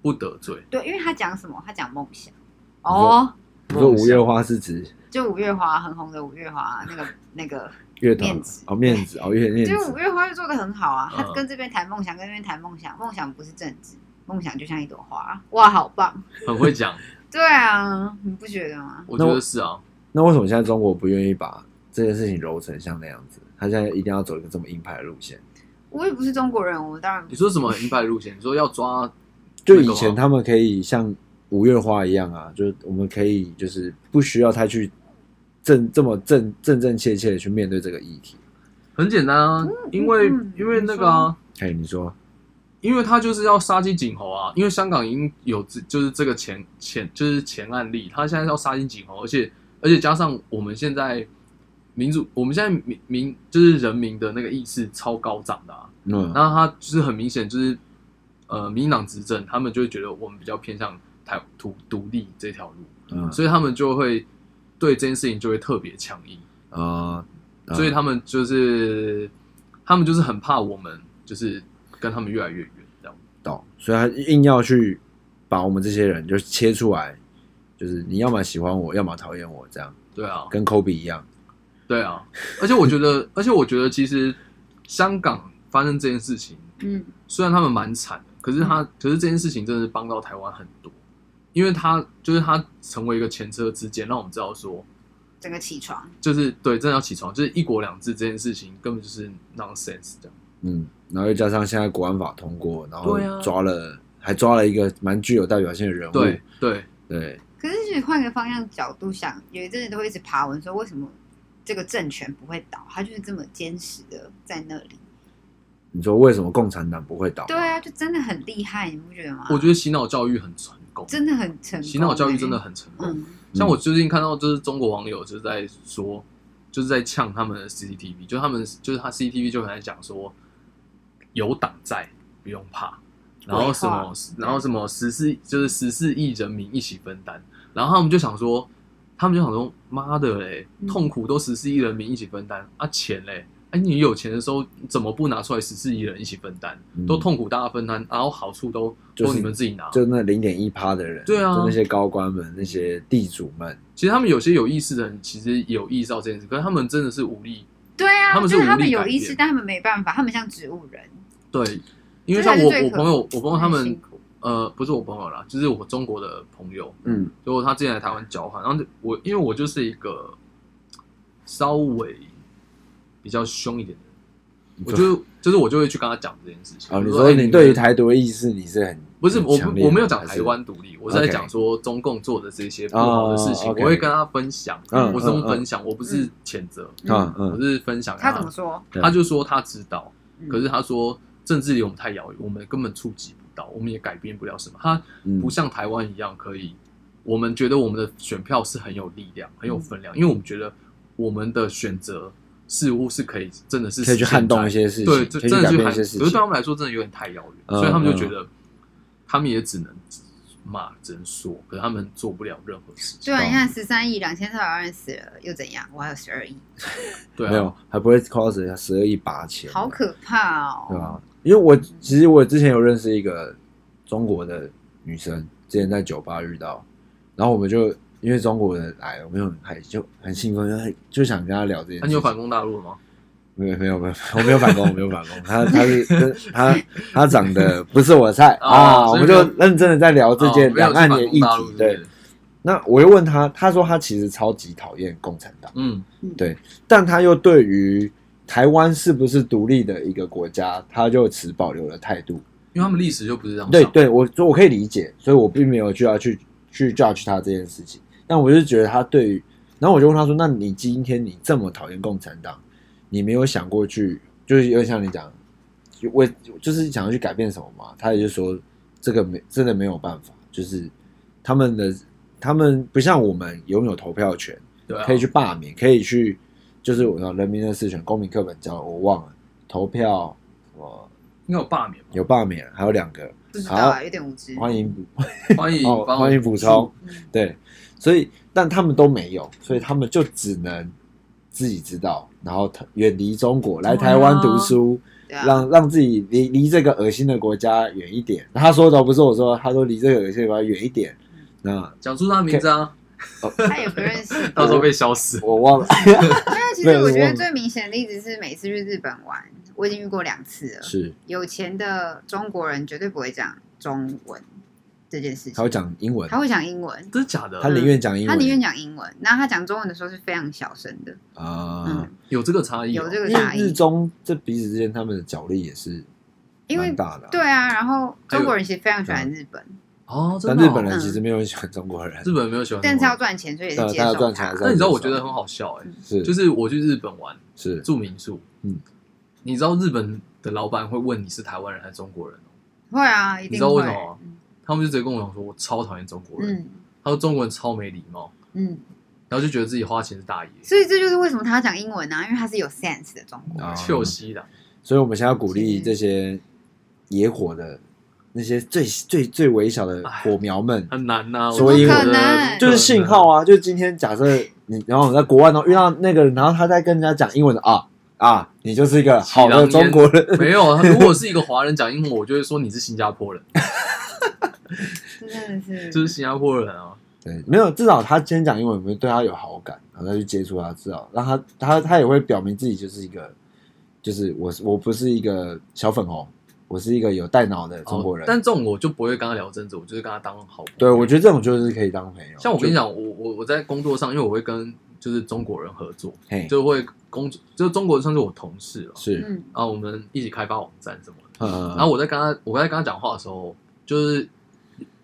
Speaker 3: 不得罪。
Speaker 2: 对，因为他讲什么？他讲梦想
Speaker 1: 说
Speaker 2: 哦，
Speaker 1: 你说五月花是指
Speaker 2: 就五月花很红的五月花那个那个，
Speaker 1: 乐团
Speaker 2: 面子
Speaker 1: 哦，面子哦，月面
Speaker 2: 就
Speaker 1: 子
Speaker 2: 是五月花就做的很好啊。他
Speaker 3: 嗯
Speaker 2: 跟这边谈梦想，跟那边谈梦想，梦想不是政治，梦想就像一朵花，哇，好棒！
Speaker 3: 很会
Speaker 1: [LAUGHS]
Speaker 3: 讲，
Speaker 2: 对啊，你不觉得吗？
Speaker 3: 我
Speaker 1: 那
Speaker 3: 觉
Speaker 1: 我
Speaker 3: 得是啊，
Speaker 1: 那为什么现在中国不愿意把这件事情揉成像那样子？他现在一定要走一个这么硬派的路线？
Speaker 2: 我也不是中国人，我当然不
Speaker 3: 你说什么很明白的路线？你说要抓
Speaker 1: 就以
Speaker 3: 那个
Speaker 1: 前
Speaker 3: 吗
Speaker 1: 他们可以像五月花一样啊，就是我们可以就是不需要太去正这么正正正切切的去面对这个议题。
Speaker 3: 很简单啊，因为
Speaker 2: 嗯
Speaker 3: 因为那个啊，
Speaker 1: 哎，你说
Speaker 3: 因为他就是要杀鸡儆猴啊，因为香港已经有这就是这个前前就是前案例，他现在要杀鸡儆猴，而且而且加上我们现在民主，我们现在民民就是人民的那个意识超高涨的啊，
Speaker 1: 嗯，
Speaker 3: 那他就是很明显就是呃民进党执政，他们就会觉得我们比较偏向台独独立这条路，
Speaker 1: 嗯
Speaker 3: 所以他们就会对这件事情就会特别强硬。
Speaker 1: 啊，啊
Speaker 3: 所以他们就是他们就是很怕我们就是跟他们越来越远这样。
Speaker 1: 懂，所以他硬要去把我们这些人就切出来，就是你要么喜欢我，要么讨厌我，这样
Speaker 3: 对啊，
Speaker 1: 跟科比一样。
Speaker 3: 对啊，而且我觉得，而且我觉得其实香港发生这件事情，
Speaker 2: 嗯，
Speaker 3: 虽然他们蛮惨的，可是他、可是这件事情真的是帮到台湾很多，因为他就是他成为一个前车之鉴，让我们知道说。
Speaker 2: 整个起床，
Speaker 3: 就是对，真的要起床，就是一国两制这件事情根本就是 nonsense 这样。
Speaker 1: 嗯，然后又加上现在国安法通过，然后
Speaker 3: 对啊
Speaker 1: 抓了，还抓了一个蛮具有代表性的人物。
Speaker 2: 嗯
Speaker 3: 对对，
Speaker 1: 对
Speaker 2: 可是，你换个方向角度想，有一阵子都会一直爬文说，为什么这个政权不会倒？他就是这么坚实的在那里。
Speaker 1: 你说为什么共产党不会倒？
Speaker 3: 哦
Speaker 2: 对，啊，就真的很厉害，你不觉得吗？
Speaker 3: 我觉得洗脑教育很成功，
Speaker 2: 真的很成功、
Speaker 3: 洗脑教育真的很成功。
Speaker 2: 嗯，
Speaker 3: 像我最近看到，就是中国网友就是在说，就是在呛他们的 CCTV，就他们就是他 CCTV 就很爱讲说，有党在不用怕，然后什么，然后什么十四就是十四亿人民一起分担，然后他们就想说，他们就想说，妈的嘞
Speaker 2: 嗯，
Speaker 3: 痛苦都十四亿人民一起分担啊，钱嘞。哎、你有钱的时候怎么不拿出来十四亿人一起分担？
Speaker 1: 嗯
Speaker 3: 都痛苦大家分担，然后好处都、
Speaker 1: 就是
Speaker 3: 都你们自己拿。
Speaker 1: 啊就那零点一趴的人，
Speaker 3: 对啊
Speaker 1: 就那些高官们、那些地主们，
Speaker 3: 其实他们有些有意识的人，其实有意识到这件事，可是他们真的是无力。
Speaker 2: 对啊，
Speaker 3: 他们是
Speaker 2: 就是他
Speaker 3: 无
Speaker 2: 们
Speaker 3: 力
Speaker 2: 有
Speaker 3: 改
Speaker 2: 意
Speaker 3: 变
Speaker 2: 识，但他们没办法，他们像植物人，
Speaker 3: 对，因为
Speaker 2: 这才
Speaker 3: 像
Speaker 2: 是
Speaker 3: 我
Speaker 2: 最
Speaker 3: 我
Speaker 2: 可
Speaker 3: 朋友，我朋友他
Speaker 2: 很辛
Speaker 3: 们
Speaker 2: 苦
Speaker 3: 呃，不是我朋友啦，就是我中国的朋友，
Speaker 1: 嗯
Speaker 3: 就他之前来台湾交换，然后就我因为我就是一个稍微比较凶一点的人，我就就是我就会去跟他讲这件事情。
Speaker 1: 啊，你
Speaker 3: 就
Speaker 1: 说
Speaker 3: 哎
Speaker 1: 你对于台独的意识你是很
Speaker 3: 不是我
Speaker 1: 很强
Speaker 3: 不
Speaker 1: 烈
Speaker 3: 我没有
Speaker 1: 吗
Speaker 3: 讲
Speaker 1: 还
Speaker 3: 台
Speaker 1: 是
Speaker 3: 湾独立，我是在
Speaker 1: OK
Speaker 3: 讲说中共做的这些不好的事情，
Speaker 1: 哦，OK，
Speaker 3: 我会跟他分享，
Speaker 1: 嗯
Speaker 3: 我是用
Speaker 1: 嗯嗯
Speaker 3: 分享，我不是谴责，
Speaker 1: 嗯
Speaker 3: 我
Speaker 1: 嗯
Speaker 3: 是分享。
Speaker 2: 他怎么？说？
Speaker 1: 对
Speaker 3: 他就说他知道，
Speaker 2: 嗯
Speaker 3: 啊可是他说政治离我们太遥远，我们根本触及不到，我们也改变不了什么。他
Speaker 1: 嗯
Speaker 3: 不像台湾一样可以，我们觉得我们的选票是很有力量、
Speaker 1: 嗯
Speaker 3: 很有分量，因为我们觉得我们的选择似乎是可以，真的是
Speaker 1: 可以去
Speaker 3: 实现
Speaker 1: 撼动
Speaker 3: 在
Speaker 1: 一些事情，
Speaker 3: 对，这
Speaker 1: 可以去
Speaker 3: 真的
Speaker 1: 改
Speaker 3: 去
Speaker 1: 变一
Speaker 3: 喊，
Speaker 1: 些事
Speaker 3: 可是对他
Speaker 1: 情。
Speaker 3: 们来说真的有点太遥远，
Speaker 1: 嗯
Speaker 3: 所以他们就觉得他们也只能骂，只能说，可是他们做不了任何事情。
Speaker 2: 对啊，你看十三亿两千三百万人死了又怎样？我还有十二亿，
Speaker 3: 对
Speaker 1: 没
Speaker 3: 啊，
Speaker 1: 有，还不会 cos 十二亿八千，
Speaker 2: 好可怕
Speaker 1: 对
Speaker 2: 哦！
Speaker 1: 吧？因为我其实我之前有认识一个中国的女生，之前在酒吧遇到，然后我们就因为中国人来，我们就很开就很兴奋，就很就想跟她聊这件事情。
Speaker 3: 啊那你有反攻大陆了吗？
Speaker 1: 没有没有没有，我
Speaker 3: [LAUGHS]
Speaker 1: 没有反攻，我没有反攻。他他是他他长得不是我的菜
Speaker 3: 哦
Speaker 1: 啊，
Speaker 3: 所
Speaker 1: 我
Speaker 3: 以
Speaker 1: 们
Speaker 3: 没
Speaker 1: 就
Speaker 3: 有
Speaker 1: 认真的在聊这件
Speaker 3: 哦没有
Speaker 1: 两
Speaker 3: 去
Speaker 1: 岸
Speaker 3: 反
Speaker 1: 的
Speaker 3: 攻
Speaker 1: 议
Speaker 3: 大陆
Speaker 1: 题。
Speaker 3: 是不
Speaker 1: 对
Speaker 3: 是，，
Speaker 1: 那我又问他，他说他其实超级讨厌共产党，
Speaker 3: 嗯，
Speaker 1: 但他又对于台湾是不是独立的一个国家，他就持保留了态度。
Speaker 3: 因为他们历史就不是这样想。
Speaker 1: 对对，我我可以理解，所以我并没有就要去去 judge 他这件事情。但我就觉得他对于，然后我就问他说：“那你今天你这么讨厌共产党，你没有想过去，就是有点像你讲，就我就是想要去改变什么嘛？”他也就说：“这个没真的没有办法，就是他们的他们不像我们拥有投票权，
Speaker 3: 对啊，
Speaker 1: 可以去罢免，可以去，就是我知道人民的事权，公民课本教的我忘了投票什么
Speaker 3: 应该有罢免吧。
Speaker 1: 有罢免，还有两个
Speaker 2: 不知道啊，
Speaker 1: 好
Speaker 2: 有点无知。
Speaker 1: 欢迎
Speaker 3: 欢迎
Speaker 1: 哦，
Speaker 3: 帮我
Speaker 1: 欢迎补充。
Speaker 2: 嗯
Speaker 1: 对，所以但他们都没有，所以他们就只能自己知道，然后他远离中国，来台湾读
Speaker 3: 哦
Speaker 1: 书，
Speaker 2: 对啊，
Speaker 1: 让让自己离离这个恶心的国家远一点。他说的不是我说，他说离这个恶心的国家远一点。那哦
Speaker 3: 讲出他的名字啊，
Speaker 2: 他也不认识。
Speaker 3: 到时候被消失。
Speaker 1: [LAUGHS] 我忘了， [LAUGHS]
Speaker 2: 没有，其实
Speaker 1: 没有
Speaker 2: 我觉
Speaker 1: 我
Speaker 2: 得
Speaker 1: 忘了
Speaker 2: 最明显的例子是每次去日本玩，我已经遇过两次了。
Speaker 1: 是
Speaker 2: 有钱的中国人绝对不会讲中文这件事
Speaker 1: 他
Speaker 2: 情
Speaker 1: 会，讲英文
Speaker 2: 他，会讲英文，
Speaker 3: 真的假的？
Speaker 1: 他宁愿讲英
Speaker 2: 他宁愿
Speaker 1: 文
Speaker 2: 讲英文。然后他讲中文的时候是非常小声的，
Speaker 1: 啊。
Speaker 2: 嗯，
Speaker 3: 有这个差异哦，
Speaker 2: 有这个
Speaker 1: 因
Speaker 2: 差
Speaker 1: 为日
Speaker 2: 异，
Speaker 1: 中这彼此之间他们的角力也是
Speaker 2: 因为
Speaker 1: 蛮大的啊，
Speaker 2: 对啊，然后中国人其实非常喜
Speaker 1: 嗯
Speaker 2: 欢日本，
Speaker 3: 哦，真
Speaker 1: 但
Speaker 3: 的哦
Speaker 1: 日本人其实没有很喜欢中国人，
Speaker 3: 日本人没有喜欢
Speaker 2: 但是
Speaker 3: 中
Speaker 2: 他
Speaker 3: 国
Speaker 2: 要赚
Speaker 3: 人。
Speaker 2: 钱，所以也
Speaker 1: 对
Speaker 2: 是接
Speaker 1: 他要
Speaker 2: 受
Speaker 1: 赚钱还是
Speaker 3: 但你知道我觉得很好笑
Speaker 2: 啊
Speaker 3: 哎，
Speaker 1: 是
Speaker 3: 就是我去日本玩
Speaker 1: 是
Speaker 3: 住民宿，
Speaker 1: 嗯，
Speaker 3: 你知道日本的老板会问你是台湾人还是中国人哦？
Speaker 2: 会啊，一
Speaker 3: 你
Speaker 2: 定
Speaker 3: 知道
Speaker 2: 会
Speaker 3: 为什么吗。他们就直接跟我讲说，我超讨厌中国人。
Speaker 2: 嗯
Speaker 3: 他说中国人超没礼貌，
Speaker 2: 嗯，
Speaker 3: 然后就觉得自己花钱是大爷，
Speaker 2: 所以这就是为什么他要讲英文啊，因为他是有 sense 的中国人。
Speaker 1: 啊
Speaker 3: 秀西的。
Speaker 1: 所以我们现在要鼓励这些野火的那些最最最微小的火苗们，
Speaker 3: 很难呐、
Speaker 1: 所以
Speaker 3: 我
Speaker 1: 我
Speaker 3: 觉得
Speaker 1: [LAUGHS] 就是信号
Speaker 3: 啊。
Speaker 1: 啊！就是今天假设你，然后你在国外呢遇到那个人，然后他在跟人家讲英文的啊啊，你就是一个好的中国人，
Speaker 3: 没有，啊，如果是一个华人讲英文，我就会说你是新加坡人，
Speaker 2: 这真的
Speaker 3: 就
Speaker 2: 是，
Speaker 3: 是新加坡人啊。
Speaker 1: [LAUGHS] 对，没有，至少他今天讲英文，我们对他有好感，然后再去接触他，至少让他他他也会表明自己就是一个，就是我是我不是一个小粉红，我是一个有带脑的中国人。
Speaker 3: 哦但这种我就不会跟他聊政治，我就是跟他当好朋友。
Speaker 1: 对我觉得这种就是可以当朋友，
Speaker 3: 像我跟你
Speaker 1: 就，
Speaker 3: 讲，我我我在工作上，因为我会跟就是中国人合作，
Speaker 1: 嘿，
Speaker 3: 就会工作，就中国人算是我同事了，
Speaker 1: 是，
Speaker 2: 嗯，
Speaker 3: 然后我们一起开发网站什么的。
Speaker 1: 嗯，
Speaker 3: 然后我在跟他，我在跟他讲话的时候，就是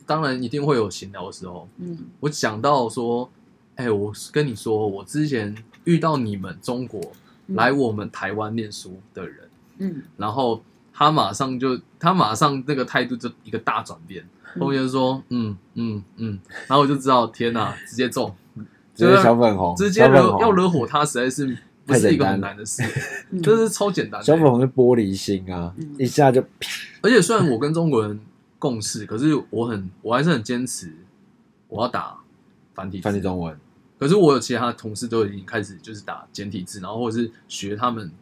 Speaker 3: 当然一定会有闲聊的时候，
Speaker 2: 嗯，
Speaker 3: 我讲到说，哎、我跟你说，我之前遇到你们中国
Speaker 2: 嗯
Speaker 3: 来，我们台湾念书的人，
Speaker 2: 嗯，
Speaker 3: 然后他马上就他马上那个态度就一个大转变，
Speaker 2: 嗯
Speaker 3: 后面就说，嗯嗯嗯，然后我就知道，天哪、直接中，
Speaker 1: 直接小粉红，
Speaker 3: 直接
Speaker 1: 小
Speaker 3: 惹
Speaker 1: 粉红
Speaker 3: 要惹火他，实在是不是一个很难的事，
Speaker 2: 嗯
Speaker 3: 就是超简单
Speaker 1: 小
Speaker 3: 的。
Speaker 1: 粉红是玻璃心啊
Speaker 2: 嗯，
Speaker 1: 一下就啪
Speaker 3: 而且虽然我跟中国人共事，可是我很我还是很坚持，我要打繁体字
Speaker 1: 翻译中文，
Speaker 3: 可是我有其他同事都已经开始就是打简体字，然后或者是学他们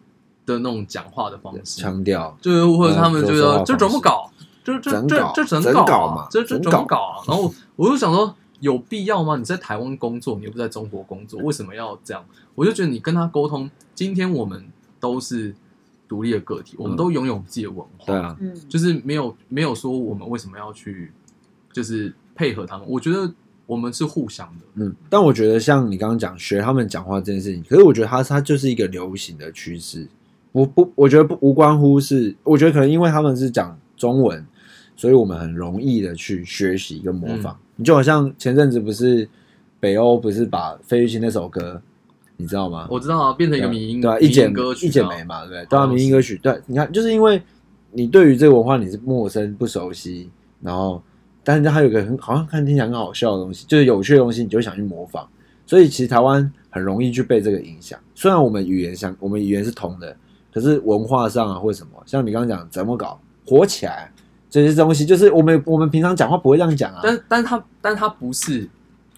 Speaker 3: 的那种讲话的方式，
Speaker 1: 腔调
Speaker 3: 就是或者他们就
Speaker 1: 嗯说话
Speaker 3: 要
Speaker 1: 方式
Speaker 3: 就怎么搞，就就
Speaker 1: 怎
Speaker 3: 这
Speaker 1: 搞
Speaker 3: 这怎
Speaker 1: 怎
Speaker 3: 搞
Speaker 1: 搞
Speaker 3: 啊
Speaker 1: 嘛，
Speaker 3: 这这
Speaker 1: 怎
Speaker 3: 怎
Speaker 1: 搞
Speaker 3: 搞
Speaker 1: [LAUGHS]
Speaker 3: 啊？然后我就想说，有必要吗？你在台湾工作，你又不在中国工作，为什么要这样？我就觉得你跟他沟通，今天我们都是独立的个体，我们
Speaker 1: 嗯
Speaker 3: 都拥有自己的文化，
Speaker 1: 对啊，
Speaker 2: 嗯，
Speaker 3: 就是没有没有说我们为什么要去就是配合他们，我觉得我们是互相的。
Speaker 1: 嗯，但我觉得像你刚刚讲学他们讲话这件事情，可是我觉得它它就是一个流行的趋势，不不，我觉得不无关乎是，我觉得可能因为他们是讲中文，所以我们很容易的去学习跟模仿。
Speaker 3: 嗯
Speaker 1: 你就好像前阵子不是北欧不是把费玉清那首歌，你知道吗？
Speaker 3: 我知道啊，变成一个民音，
Speaker 1: 对啊，
Speaker 3: 民
Speaker 1: 一
Speaker 3: 音
Speaker 1: 剪
Speaker 3: 歌曲啊，
Speaker 1: 一剪梅嘛，对不对？对
Speaker 3: 好
Speaker 1: 啊，
Speaker 3: 像
Speaker 1: 民音
Speaker 3: 是
Speaker 1: 歌曲，对，你看，就是因为你对于这个文化你是陌生不熟悉，然后，但是它有一个很好像看听起来很好笑的东西，就是有趣的东西，你就会想去模仿。所以其实台湾很容易去被这个影响，虽然我们语言相，我们语言是同的，可是文化上啊或者什么，像你刚刚讲怎么搞火起来这些东西，就是我们我们平常讲话不会这样讲啊。
Speaker 3: 但但他但他不是，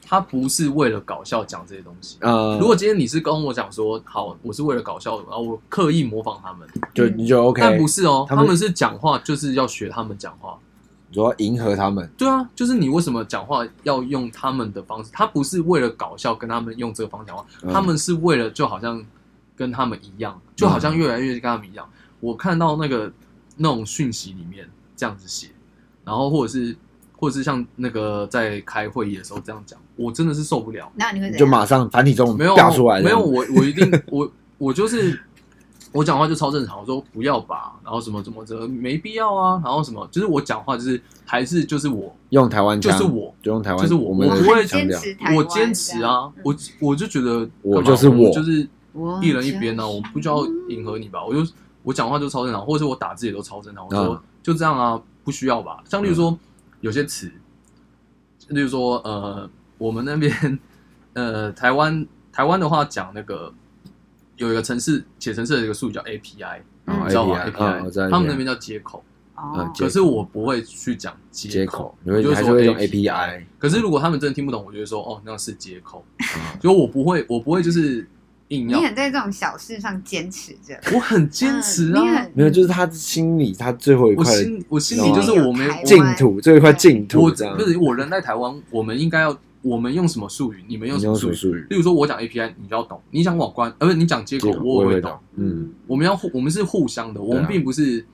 Speaker 3: 他不是为了搞笑讲这些东西。
Speaker 1: 呃，
Speaker 3: 如果今天你是跟我讲说，好，我是为了搞笑，然后我刻意模仿他们，
Speaker 1: 就你就 OK，
Speaker 3: 但不是哦，
Speaker 1: 他
Speaker 3: 他
Speaker 1: 们
Speaker 3: 们是讲话就是要学他们讲话。
Speaker 1: 你说迎合他们，
Speaker 3: 对啊，就是你为什么讲话要用他们的方式？他不是为了搞笑跟他们用这个方式讲话，
Speaker 1: 嗯
Speaker 3: 他们是为了就好像跟他们一样，就好像越来越跟他们一样。我看到那个那种讯息里面这样子写，然后或者是或者是像那个在开会议的时候这样讲，我真的是受不了。
Speaker 2: 那你会
Speaker 1: 你
Speaker 2: 怎
Speaker 1: 就
Speaker 2: 样？
Speaker 1: 马上繁体中文
Speaker 3: 没有
Speaker 1: 掉出来，
Speaker 3: 没有，我我一定我我就是我讲话就超正常，我说不要吧，然后什么怎么着没必要啊，然后什么就是我讲话就是还是就是我
Speaker 1: 用台湾
Speaker 3: 就
Speaker 1: 腔
Speaker 3: 是我。
Speaker 1: 就用台湾，
Speaker 3: 就是我
Speaker 1: 们
Speaker 3: 我
Speaker 1: 的
Speaker 3: 不会
Speaker 1: 强
Speaker 2: 坚
Speaker 1: 调，
Speaker 2: 持台湾，
Speaker 3: 我坚持啊，
Speaker 2: 这
Speaker 3: 我
Speaker 2: 样
Speaker 3: 我就觉得
Speaker 1: 我
Speaker 3: 干嘛
Speaker 1: 就是
Speaker 3: 我
Speaker 1: 我
Speaker 3: 就是
Speaker 2: 我
Speaker 3: 一人一边呢、啊，
Speaker 2: 就是
Speaker 3: 我不需
Speaker 2: 嗯
Speaker 3: 要迎合你吧，我就我讲话就超正常，或者是我打字也都超正常，我说、
Speaker 1: 嗯
Speaker 3: 就这样啊，不需要吧。像例如说、有些词，例如说呃，我们那边呃台湾台湾的话讲那个有一个城市写程式的一个术语叫 API，、
Speaker 2: 嗯
Speaker 3: 你知道吗
Speaker 1: API 嗯我知道
Speaker 3: API，他们那边叫接口，
Speaker 2: 哦
Speaker 1: 接
Speaker 3: 可是我不会去讲
Speaker 1: 接
Speaker 3: 接
Speaker 1: 口
Speaker 3: 口，，
Speaker 1: 你会
Speaker 3: 我就
Speaker 1: 还是
Speaker 3: 说
Speaker 1: 会用
Speaker 3: API
Speaker 1: API，
Speaker 3: 可是如果他们真的听不懂，我就会说哦那是接口，
Speaker 1: 嗯
Speaker 3: 就我不会我不会就是硬
Speaker 2: 你
Speaker 3: 要，
Speaker 2: 很在这种小事上坚持着，
Speaker 3: 我很坚持啊。
Speaker 2: 嗯你很
Speaker 1: 没有，就是他心里他最后一
Speaker 3: 我
Speaker 1: 块的
Speaker 3: 心我心里就是我没
Speaker 1: 净
Speaker 2: 台湾
Speaker 1: 土，最后一块净
Speaker 3: 我
Speaker 1: 土
Speaker 3: 我
Speaker 1: 这样
Speaker 3: 不。是我人在台湾，我们应该要我们用什么术语，你们用
Speaker 1: 你
Speaker 3: 什么
Speaker 1: 用
Speaker 3: 术
Speaker 1: 手
Speaker 3: 语？
Speaker 1: 术语，
Speaker 3: 例如说，我讲 API，你就要懂；你讲网关，呃，不是你讲接口，
Speaker 1: 接口
Speaker 3: 我也
Speaker 1: 也
Speaker 3: 会
Speaker 1: 会
Speaker 3: 懂。，
Speaker 1: 嗯，
Speaker 3: 我们要互，我们是互相的，我
Speaker 1: 对
Speaker 3: 们
Speaker 1: 啊
Speaker 3: 并不是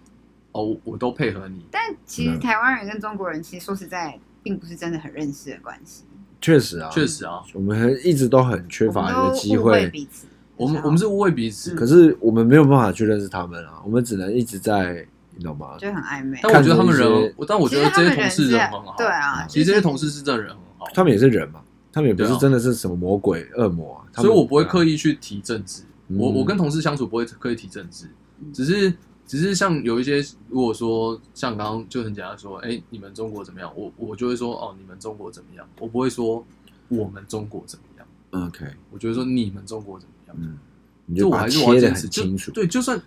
Speaker 3: 哦，我我都配合你。
Speaker 2: 但其
Speaker 1: 嗯
Speaker 2: 实台湾人跟中国人其实说实在，并不是真的很认识的关系，
Speaker 1: 确实啊，
Speaker 3: 确，实啊，
Speaker 1: 我们很一直都很缺
Speaker 2: 我们
Speaker 1: 乏一
Speaker 2: 都
Speaker 1: 个机
Speaker 2: 误会
Speaker 1: 会，
Speaker 2: 彼此。
Speaker 3: 我们我们是误会彼此
Speaker 2: 嗯，
Speaker 1: 可是我们没有办法去认识他们啊，我们只能一直在，你懂吗？
Speaker 2: 就很暧昧。
Speaker 3: 但我觉得他们
Speaker 1: 看着一
Speaker 3: 人
Speaker 1: 些，
Speaker 3: 我但我
Speaker 2: 其
Speaker 3: 觉
Speaker 2: 实
Speaker 3: 得
Speaker 2: 他
Speaker 3: 这
Speaker 2: 们
Speaker 3: 些同事
Speaker 2: 是
Speaker 3: 人很好。
Speaker 2: 对啊，
Speaker 3: 其实这些同
Speaker 2: 事
Speaker 3: 事是真的人很好，啊
Speaker 1: 他们也是人嘛，他们也不
Speaker 3: 对
Speaker 1: 是
Speaker 3: 啊
Speaker 1: 真的是什么魔鬼恶魔啊，他
Speaker 3: 所以
Speaker 1: 们
Speaker 3: 我不会刻
Speaker 1: 意，
Speaker 3: 意去提政治。
Speaker 1: 嗯
Speaker 3: 我我跟同事相处不会刻意提政治，只是只是像有一些，如果说像刚刚就很简单说，哎、你们中国怎么样？我我就会说哦，你们中国怎么样？我不会说我们中国怎么样，
Speaker 1: 嗯 OK，
Speaker 3: 我觉得说你们中国怎么样。
Speaker 1: 嗯，你
Speaker 3: 就我
Speaker 1: 把它
Speaker 3: 还是我要
Speaker 1: 切
Speaker 3: 坚
Speaker 1: 的很
Speaker 3: 持，就
Speaker 1: 清楚，
Speaker 3: 对，就算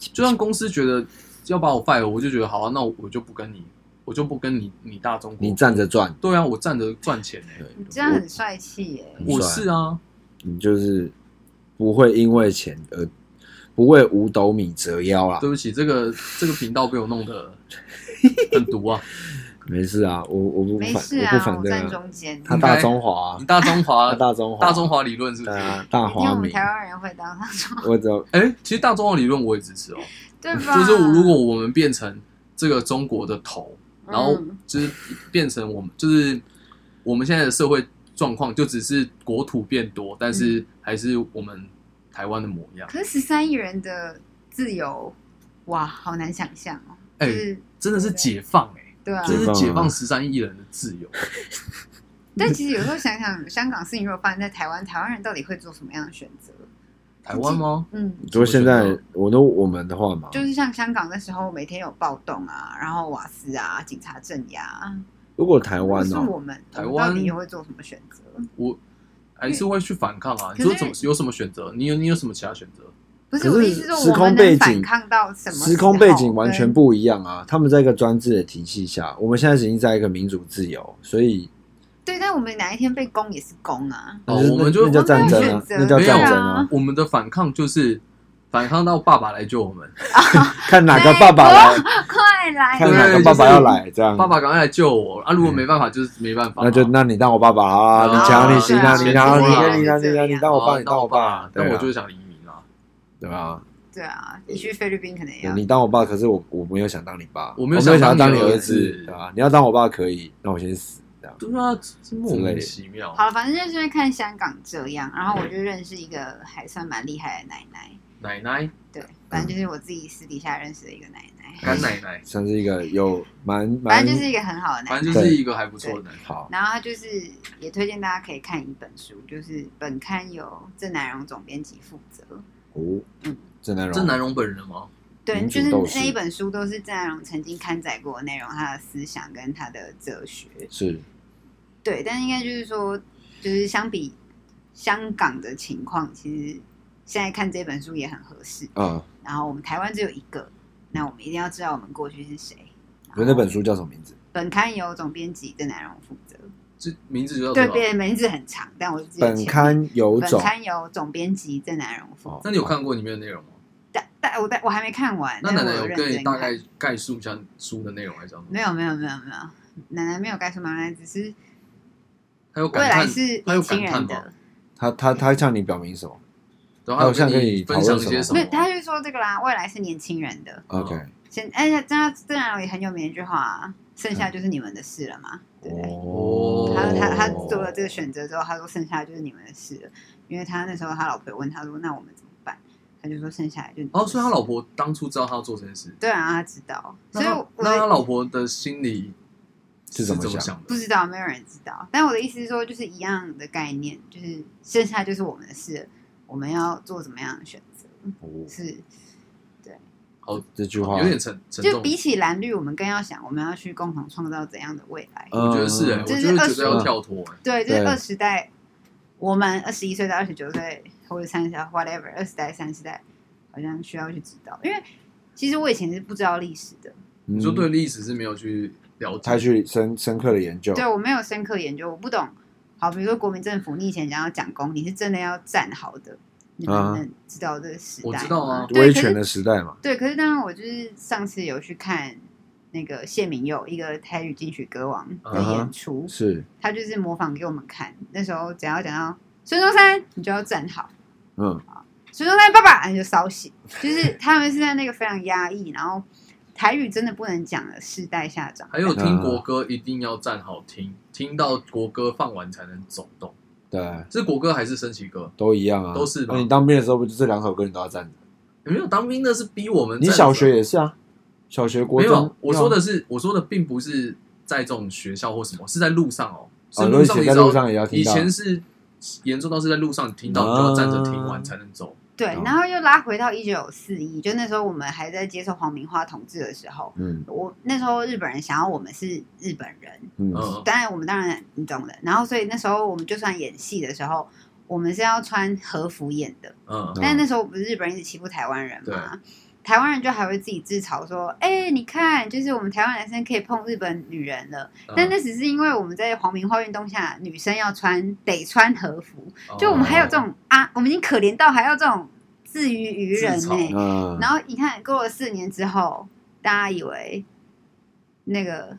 Speaker 3: 就算公司觉得要把我 fire，我就觉得好、啊，那我就不跟你，我就不跟你你大中国。
Speaker 1: 你站着赚，
Speaker 3: 对啊，我站着赚钱哎、
Speaker 1: 对
Speaker 2: 你这样很帅气耶，
Speaker 1: 很
Speaker 3: 我
Speaker 1: 帅
Speaker 3: 是啊，
Speaker 1: 你就是不会因为钱而不为五斗米折腰啦
Speaker 3: 对。不起，这个这个频道被我弄得很毒
Speaker 2: [LAUGHS]
Speaker 3: 啊！
Speaker 1: 没事啊，我我不
Speaker 2: 没
Speaker 1: 反、
Speaker 2: 事
Speaker 1: 我
Speaker 2: 啊
Speaker 1: 不，反
Speaker 2: 我
Speaker 1: 对
Speaker 2: 站
Speaker 1: 啊。
Speaker 2: 中间。
Speaker 1: 他
Speaker 2: 一
Speaker 1: 大中华、
Speaker 3: 你
Speaker 1: 啊，
Speaker 3: 大中华
Speaker 1: 他大中华，
Speaker 3: 大中华理论是不
Speaker 1: 对
Speaker 3: 是？
Speaker 1: 啊，大
Speaker 2: 定
Speaker 1: 华
Speaker 2: 我们
Speaker 1: 民
Speaker 2: 台。湾人会当上中，
Speaker 1: 我只要
Speaker 3: 哎、其实大中华理论我也支持哦，
Speaker 2: 对啊吧？
Speaker 3: 就是如果我们变成这个中国的头，
Speaker 2: 嗯
Speaker 3: 然后就是变成我们就是我们现在的社会状况，就只是国土变多，但
Speaker 2: 嗯
Speaker 3: 是还是我们台湾的模样。
Speaker 2: 可是十三亿人的自由，哇，好难想象哦。
Speaker 3: 哎、
Speaker 2: 就是
Speaker 3: 真的是解放哎、
Speaker 2: 对啊，
Speaker 3: 这是解
Speaker 1: 解放
Speaker 3: 放
Speaker 1: 啊
Speaker 3: 十三亿人的自由。
Speaker 2: 但其实有时候想想， [LAUGHS] 香港事情如果发生在台湾，台湾人到底会做什么样的选择？
Speaker 3: 台湾吗？
Speaker 2: 嗯，
Speaker 1: 你说现在我都我们的话嘛，
Speaker 2: 就是像香港那时候，每天有暴动啊，然后瓦斯啊，警察镇压啊。
Speaker 1: 如果台湾
Speaker 2: 是
Speaker 1: 哦，
Speaker 2: 我们
Speaker 3: 台湾
Speaker 2: 我们到底会做什么选择？
Speaker 3: 我还是会去反抗啊。
Speaker 2: 可是
Speaker 3: 你说怎么有什么选择？你有你有什么其他选择？
Speaker 2: 不是
Speaker 1: 可
Speaker 2: 我的
Speaker 1: 是
Speaker 2: 意思，
Speaker 1: 时
Speaker 2: 说我
Speaker 1: 空
Speaker 2: 们
Speaker 1: 背
Speaker 2: 能反
Speaker 1: 景
Speaker 2: 抗到什么
Speaker 1: 时空背景完
Speaker 2: 时
Speaker 1: 全
Speaker 2: 候
Speaker 1: 不一样啊！他们在一个专制的体系下，我们现在已经在一个民主自由，所以
Speaker 2: 跟对，但我们哪一天被攻也是攻啊，
Speaker 3: 哦
Speaker 1: 那是
Speaker 3: 我们就
Speaker 1: 那叫战争
Speaker 2: 我
Speaker 1: 啊
Speaker 2: 们，没有
Speaker 1: 那叫
Speaker 3: 选择
Speaker 1: 战争啊！
Speaker 3: 我们的反抗就是反抗到爸爸来救我们，
Speaker 1: 看哪个爸爸来，
Speaker 2: [LAUGHS] 快来
Speaker 1: 看
Speaker 3: 对
Speaker 1: 哪
Speaker 2: 啊！
Speaker 1: 个爸爸要来，这样
Speaker 3: 爸爸赶快来救我啊！如果没办法，就是没办法啊。
Speaker 1: 嗯那就那你当我爸爸啊！
Speaker 3: 对啊
Speaker 1: 你强，你行啊！
Speaker 3: 对啊
Speaker 1: 你强，你
Speaker 3: 对啊
Speaker 1: 行，你强，你强，你当我爸，
Speaker 3: 哦
Speaker 1: 你
Speaker 3: 当
Speaker 1: 当我爸
Speaker 3: 爸，，但我
Speaker 1: 对
Speaker 3: 就
Speaker 1: 啊
Speaker 3: 是想移民啊。
Speaker 1: 对吧？
Speaker 2: 对啊，你去菲律宾可能也要
Speaker 1: 你当我爸，可是我我没有想当你爸，
Speaker 3: 我没
Speaker 1: 没有
Speaker 3: 有
Speaker 1: 想
Speaker 3: 想
Speaker 1: 要当
Speaker 3: 当你
Speaker 1: 你儿
Speaker 3: 儿
Speaker 1: 子
Speaker 3: 子，
Speaker 1: 对吧？你要当我爸可以，那我先死，这样。
Speaker 3: 对啊，这莫名其妙。
Speaker 2: 好了，反正就是因为看香港这样，然后我就认识一个还算蛮厉害的奶奶，
Speaker 3: 奶奶，
Speaker 2: 对，反正
Speaker 1: 嗯
Speaker 2: 就是我自己私底下认识的一个奶奶，
Speaker 3: 干奶奶，
Speaker 1: 算是一个有蛮蛮
Speaker 2: 反正就是一个很好的奶
Speaker 3: 反
Speaker 2: 奶
Speaker 3: 正。就是一个还不错的奶奶。
Speaker 1: 好，
Speaker 2: 然后她就是也推荐大家可以看一本书，就是本刊由郑南荣总编辑负责，
Speaker 1: 哦
Speaker 2: 嗯，
Speaker 1: 郑南荣，
Speaker 3: 郑南荣本人吗？
Speaker 2: 对，
Speaker 1: 民主
Speaker 2: 就是
Speaker 1: 斗士
Speaker 2: 那一本书都是郑南荣曾经刊载过的内容，他的思想跟他的哲学。
Speaker 1: 是
Speaker 2: 对，但应该就是说，就是相比香港的情况，其实现在看这本书也很合适。
Speaker 1: 嗯，
Speaker 2: 然后我们台湾只有一个，那我们一定要知道我们过去是谁。
Speaker 1: 你说那本书叫什么名字？
Speaker 2: 本刊由总编辑郑南荣负责，
Speaker 3: 这名字就叫
Speaker 2: 对，
Speaker 3: 什么？
Speaker 2: 别的名字很长，但我只有
Speaker 1: 本刊有
Speaker 2: 本
Speaker 1: 种，哦
Speaker 2: 刊由总编辑郑南荣负责。
Speaker 3: 那你有看过里面的内容吗？
Speaker 2: 但但我但我还没看完，
Speaker 3: 那
Speaker 2: 但
Speaker 3: 奶奶
Speaker 2: 我
Speaker 3: 有
Speaker 2: 认
Speaker 3: 跟你
Speaker 2: 真
Speaker 3: 大
Speaker 2: 看
Speaker 3: 概概述一下书的内容还是什么？
Speaker 2: 没有没有没有没有，奶奶没有该说奶奶只是
Speaker 3: 他有
Speaker 2: 未
Speaker 3: 感
Speaker 2: 来
Speaker 3: 叹，
Speaker 2: 是
Speaker 3: 他有
Speaker 2: 年
Speaker 3: 感
Speaker 2: 轻人
Speaker 3: 叹
Speaker 2: 的
Speaker 3: 吗？，
Speaker 1: 他他他向你表明什么
Speaker 3: 然后
Speaker 1: 他有像
Speaker 3: 跟
Speaker 1: 跟你讨
Speaker 3: 分享
Speaker 1: 论
Speaker 3: 一
Speaker 1: 什
Speaker 3: 些
Speaker 1: 么
Speaker 3: 什
Speaker 2: 没
Speaker 3: 么
Speaker 2: 有，？他就说这个啦，未来是年轻人的。
Speaker 3: 哦
Speaker 1: ？OK，
Speaker 2: 现哎呀，这样自然也很有名的一句话、啊，剩下就是你们的事了嘛，对不对？
Speaker 1: 哦
Speaker 2: 他他他做了这个选择之后，他说剩下就是你们的事了，因为他那时候他老婆问他说，那我们怎么办？他就说剩下来就你们
Speaker 3: 哦，
Speaker 2: 的
Speaker 3: 所以他
Speaker 2: 事
Speaker 3: 老婆当初知道他要做这件事，
Speaker 2: 对啊，他知道，
Speaker 3: 那
Speaker 2: 所以我
Speaker 3: 他
Speaker 2: 我
Speaker 3: 那他
Speaker 2: 的
Speaker 3: 老婆的心里
Speaker 1: 是怎
Speaker 3: 怎
Speaker 1: 么想
Speaker 3: 想
Speaker 2: 不
Speaker 3: 的？
Speaker 2: 知道，没有人知道。但我的意思是说，就是一样的概念，就是剩下就是我们的事了，我们要做怎么样的选择？
Speaker 1: 哦
Speaker 2: 是
Speaker 3: 好，
Speaker 1: 这句话
Speaker 3: 有点沉沉
Speaker 2: 就
Speaker 3: 重。
Speaker 2: 比起蓝绿，我们更要想我们要去共同创造怎样的未来。
Speaker 1: 嗯
Speaker 3: 我觉得是哎，我
Speaker 2: 这
Speaker 3: 就是是觉得
Speaker 1: 20
Speaker 3: 要跳脱哎。
Speaker 2: 对，就是
Speaker 1: 对
Speaker 2: 二十代，我们二十一岁到二十九岁，或者三十代，whatever，二十代、三十代，好像需要去知道，因为其实我以前是不知道历史的，
Speaker 1: 你
Speaker 3: 你说对，历史是没有去了解
Speaker 1: 他，嗯去深深刻的研究，
Speaker 2: 对我啊没有深刻研究，我不懂。好，比如说国民政府，你以前讲要讲功，你是真的要站好的，你能
Speaker 1: 啊
Speaker 2: 不能知道这个时代吗？
Speaker 3: 我知道啊
Speaker 2: 对，
Speaker 1: 威
Speaker 2: 可
Speaker 1: 权
Speaker 2: 是
Speaker 1: 的嗯时代嘛，
Speaker 2: 对，可是当然，我就是上次有去看那个谢明佑一个台语金曲歌王的
Speaker 1: 嗯哼
Speaker 2: 演出
Speaker 1: 是，
Speaker 2: 他就是模仿给我们看。那时候只要讲到孙中山，你就要站好；
Speaker 1: 嗯，
Speaker 2: 孙中山爸爸，你就烧血。就是他们是在那个非常压抑，然后台语真的不能讲的世代下长。
Speaker 3: 还有
Speaker 1: 嗯
Speaker 3: 听国歌一定要站好听，听到国歌放完才能走动。
Speaker 1: 对，啊
Speaker 3: 是国歌还是升旗歌？
Speaker 1: 都一样啊，
Speaker 3: 都是吧
Speaker 1: 那你当兵的时候，不就这两首歌你都要站着？
Speaker 3: 有没有当兵的是逼我们
Speaker 1: 你
Speaker 3: 站着？
Speaker 1: 小学也是啊，小学国
Speaker 3: 没
Speaker 1: 中啊
Speaker 3: 有？，我说的是，我说的并不是在这种学校或什么，是在路上哦，
Speaker 1: 啊，
Speaker 3: 是
Speaker 1: 而
Speaker 3: 路
Speaker 1: 且
Speaker 3: 上你
Speaker 1: 在
Speaker 3: 知
Speaker 1: 路
Speaker 3: 道，
Speaker 1: 上也要听
Speaker 3: 以
Speaker 1: 到，
Speaker 3: 前是严重到是在路上听到，你就要站着听
Speaker 1: 啊
Speaker 3: 完才能走。
Speaker 2: 对
Speaker 1: 哦，
Speaker 2: 然后又拉回到一九四一，就那时候我们还在接受黄明化统治的时候，
Speaker 1: 嗯
Speaker 2: 我那时候日本人想要我们是日本人，
Speaker 1: 嗯，
Speaker 3: 嗯，
Speaker 2: 当然我们当然你懂的。然后所以那时候我们就算演戏的时候，我们是要穿和服演的。
Speaker 3: 嗯，
Speaker 2: 但是那时候不是日本人一直欺负台湾人嘛？台湾人就还会自己自嘲说：“哎、你看，就是我们台湾男生可以碰日本女人了。
Speaker 3: 嗯
Speaker 2: 但那只是因为我们在皇民化运动下，女生要穿得穿和服，
Speaker 3: 哦
Speaker 2: 就我们还有这种、啊，我们已经可怜到还要这种自娱于人
Speaker 3: 自
Speaker 2: 呢、
Speaker 3: 嘲
Speaker 1: 嗯，
Speaker 2: 然后你看，过了四年之后，大家以为那个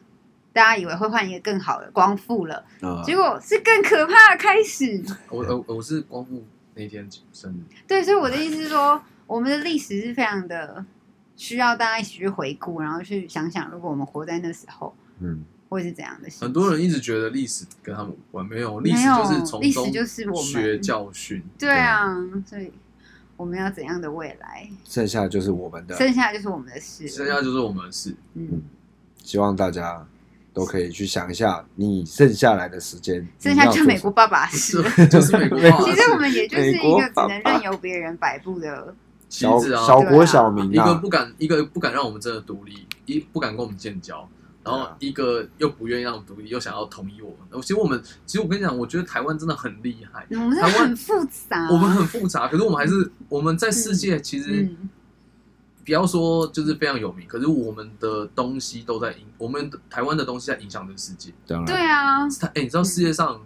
Speaker 2: 大家以为会换一个更好的光复了，
Speaker 1: 嗯
Speaker 2: 结果是更可怕的开始。
Speaker 3: 我呃我我是光复那天生日，
Speaker 2: 对，所以我的意思是说，我们的历史是非常的需要大家一起去回顾，然后去想想，如果我们活在那时候，
Speaker 1: 嗯。
Speaker 2: 会是怎样的心情。
Speaker 3: 很多人一直觉得历史跟他们无关，没有，历
Speaker 2: 没
Speaker 3: 史
Speaker 2: 有
Speaker 3: 就是从
Speaker 2: 历史
Speaker 3: 中
Speaker 2: 就是我
Speaker 3: 学
Speaker 2: 们
Speaker 3: 教训。
Speaker 2: 对啊，所以我们要怎样的未来，
Speaker 1: 剩下就是我们的，
Speaker 2: 剩下就是我们的事了。
Speaker 3: 剩下就是我们的事，
Speaker 2: 嗯，
Speaker 1: 希望大家都可以去想一下，你剩下来的时间，
Speaker 2: 剩下
Speaker 1: 你要
Speaker 2: 就
Speaker 1: 做
Speaker 2: 美
Speaker 1: 什
Speaker 2: 国
Speaker 1: 么，
Speaker 2: 爸爸的
Speaker 3: 是
Speaker 2: 事。
Speaker 3: 就是美国
Speaker 2: [LAUGHS]
Speaker 3: 话，
Speaker 2: 其实我们也就是一
Speaker 1: 美国
Speaker 2: 个只能任由别人摆布的
Speaker 3: 旗
Speaker 1: 小
Speaker 3: 子啊，
Speaker 1: 小
Speaker 2: 对啊
Speaker 1: 国小民
Speaker 3: 一个
Speaker 1: 啊，
Speaker 3: 不敢，一个不敢让我们真的独立，一不敢跟我们建交，然后
Speaker 1: 啊
Speaker 3: 一个又不愿意让我们独立，又想要统一我们。呃其实我们，其实我跟你讲，我觉得台湾真的很厉害，
Speaker 2: 我们真的
Speaker 3: 台湾
Speaker 2: 很复杂，
Speaker 3: 我们很复杂，可是我们还是我们在世界其实
Speaker 2: 嗯嗯
Speaker 3: 不要说就是非常有名，可是我们的东西都在影，我们的台湾的东西在影响这个世界。
Speaker 1: 当
Speaker 2: 对
Speaker 1: 然
Speaker 2: 啊，
Speaker 3: 哎、你知道世界上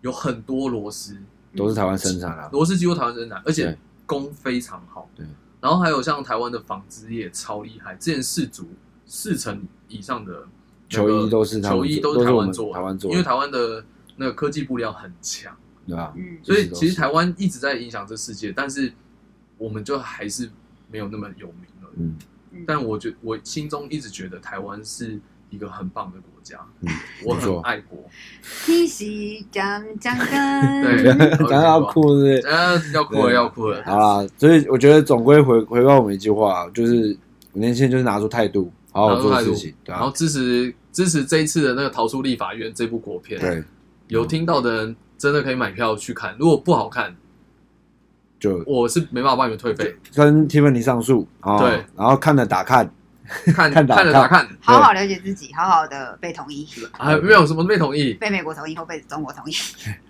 Speaker 3: 有很多螺丝，
Speaker 1: 都是台湾生产啊。
Speaker 3: 螺丝几乎台湾生产，而且
Speaker 1: 对
Speaker 3: 工非常好。
Speaker 1: 对，
Speaker 3: 然后还有像台湾的纺织业超厉害，之前四足四成以上的那个
Speaker 1: 球衣都是他们
Speaker 3: 球衣
Speaker 1: 做
Speaker 3: 是台
Speaker 1: 都是我
Speaker 3: 湾
Speaker 1: 们
Speaker 3: 做的，
Speaker 1: 台湾做的
Speaker 3: 因为台湾的那个科技布料很强，
Speaker 1: 对
Speaker 3: [LAUGHS]
Speaker 1: 吧？
Speaker 2: 嗯，
Speaker 3: 所
Speaker 1: 一
Speaker 3: 以
Speaker 1: 直都是
Speaker 3: 其实台湾一直在影响这世界，但是我们就还是没有那么有名了。
Speaker 1: 嗯，
Speaker 2: 嗯
Speaker 3: 但我觉我心中一直觉得台湾是一个很棒的国家，
Speaker 1: 嗯
Speaker 3: 我
Speaker 1: 没
Speaker 3: 很
Speaker 1: 错
Speaker 3: 爱国。
Speaker 2: 你是讲讲根，
Speaker 3: 对，
Speaker 1: [LAUGHS] 讲到哭是不是？
Speaker 3: 啊，要哭了，
Speaker 1: 对
Speaker 3: 要哭了。
Speaker 1: 好啦，所以我觉得总归回回到我们一句话，就是年轻人就是拿出态度，好
Speaker 3: 然
Speaker 1: 好
Speaker 3: 后
Speaker 1: 做
Speaker 3: 还有
Speaker 1: 事情，对啊
Speaker 3: 然后
Speaker 1: 吧？
Speaker 3: 支持支持这一次的那个《逃出立法院》这部国片，
Speaker 1: 对，
Speaker 3: 有听到的人真的可以买票去看。如果不好看，
Speaker 1: 就
Speaker 3: 我是没办法帮你们退
Speaker 1: [LAUGHS]
Speaker 3: 费。
Speaker 1: 跟 Tiffany 上诉啊，
Speaker 3: 对，
Speaker 1: 然后看了打看，
Speaker 3: 看
Speaker 1: 看打
Speaker 3: 看了打看，
Speaker 2: 好好了解自己，好好的被同意，
Speaker 3: 还没有什么被同意，
Speaker 2: 被美国同意或被中国同意，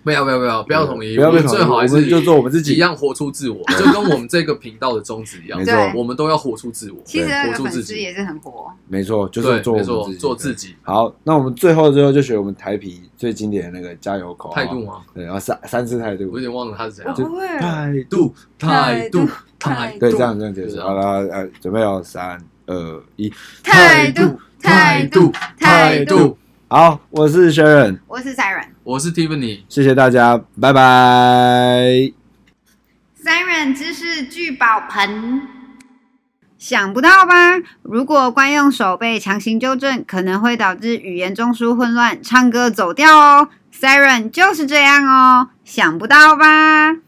Speaker 3: 不要不要不要不要同意，
Speaker 1: 不要
Speaker 3: 我
Speaker 1: 被
Speaker 3: 们
Speaker 1: 统
Speaker 3: 最
Speaker 1: 一，
Speaker 3: 好
Speaker 1: 我
Speaker 3: 还
Speaker 1: 们
Speaker 3: 是
Speaker 1: 就做我们自
Speaker 3: 一
Speaker 1: 己，
Speaker 3: 样活出自我，就跟我们这个频道的宗旨一样
Speaker 1: [LAUGHS] 没，错
Speaker 2: 对
Speaker 3: 我们都要活出自我。
Speaker 2: 其实那
Speaker 3: 活
Speaker 2: 个
Speaker 3: 出
Speaker 2: 粉
Speaker 3: 自
Speaker 2: 丝
Speaker 3: 己
Speaker 2: 也是很火，
Speaker 1: 没错，就是
Speaker 3: 对，
Speaker 1: 做
Speaker 3: 没
Speaker 1: 我
Speaker 3: 错
Speaker 1: 们，
Speaker 3: 做自
Speaker 1: 自己。
Speaker 3: 己，
Speaker 1: 好，那我们最后最后就学我们台皮最经典的那个加油口号
Speaker 3: 态度，嘛，
Speaker 1: 对，然后三三次态
Speaker 3: 我
Speaker 1: 度
Speaker 3: 有，点忘了他是怎
Speaker 2: 我
Speaker 3: 样。
Speaker 2: 不会，
Speaker 1: 态度，
Speaker 3: 度态
Speaker 2: 态
Speaker 3: 度
Speaker 2: 度
Speaker 3: 态度，
Speaker 1: 对，这样这样结
Speaker 3: 对
Speaker 1: 束。
Speaker 3: 啊
Speaker 1: 好了，呃，准备哦，三二一，
Speaker 2: 态度态度态度，。
Speaker 1: 好，我是 Sharon，
Speaker 2: 我是 Siren。
Speaker 3: 我是 Tiffany，
Speaker 1: 谢谢大家，拜拜。
Speaker 2: Siren 知识聚宝盆。想不到吧？如果惯用手被强行纠正，可能会导致语言中枢混乱，唱歌走调哦。Siren 就是这样哦，想不到吧？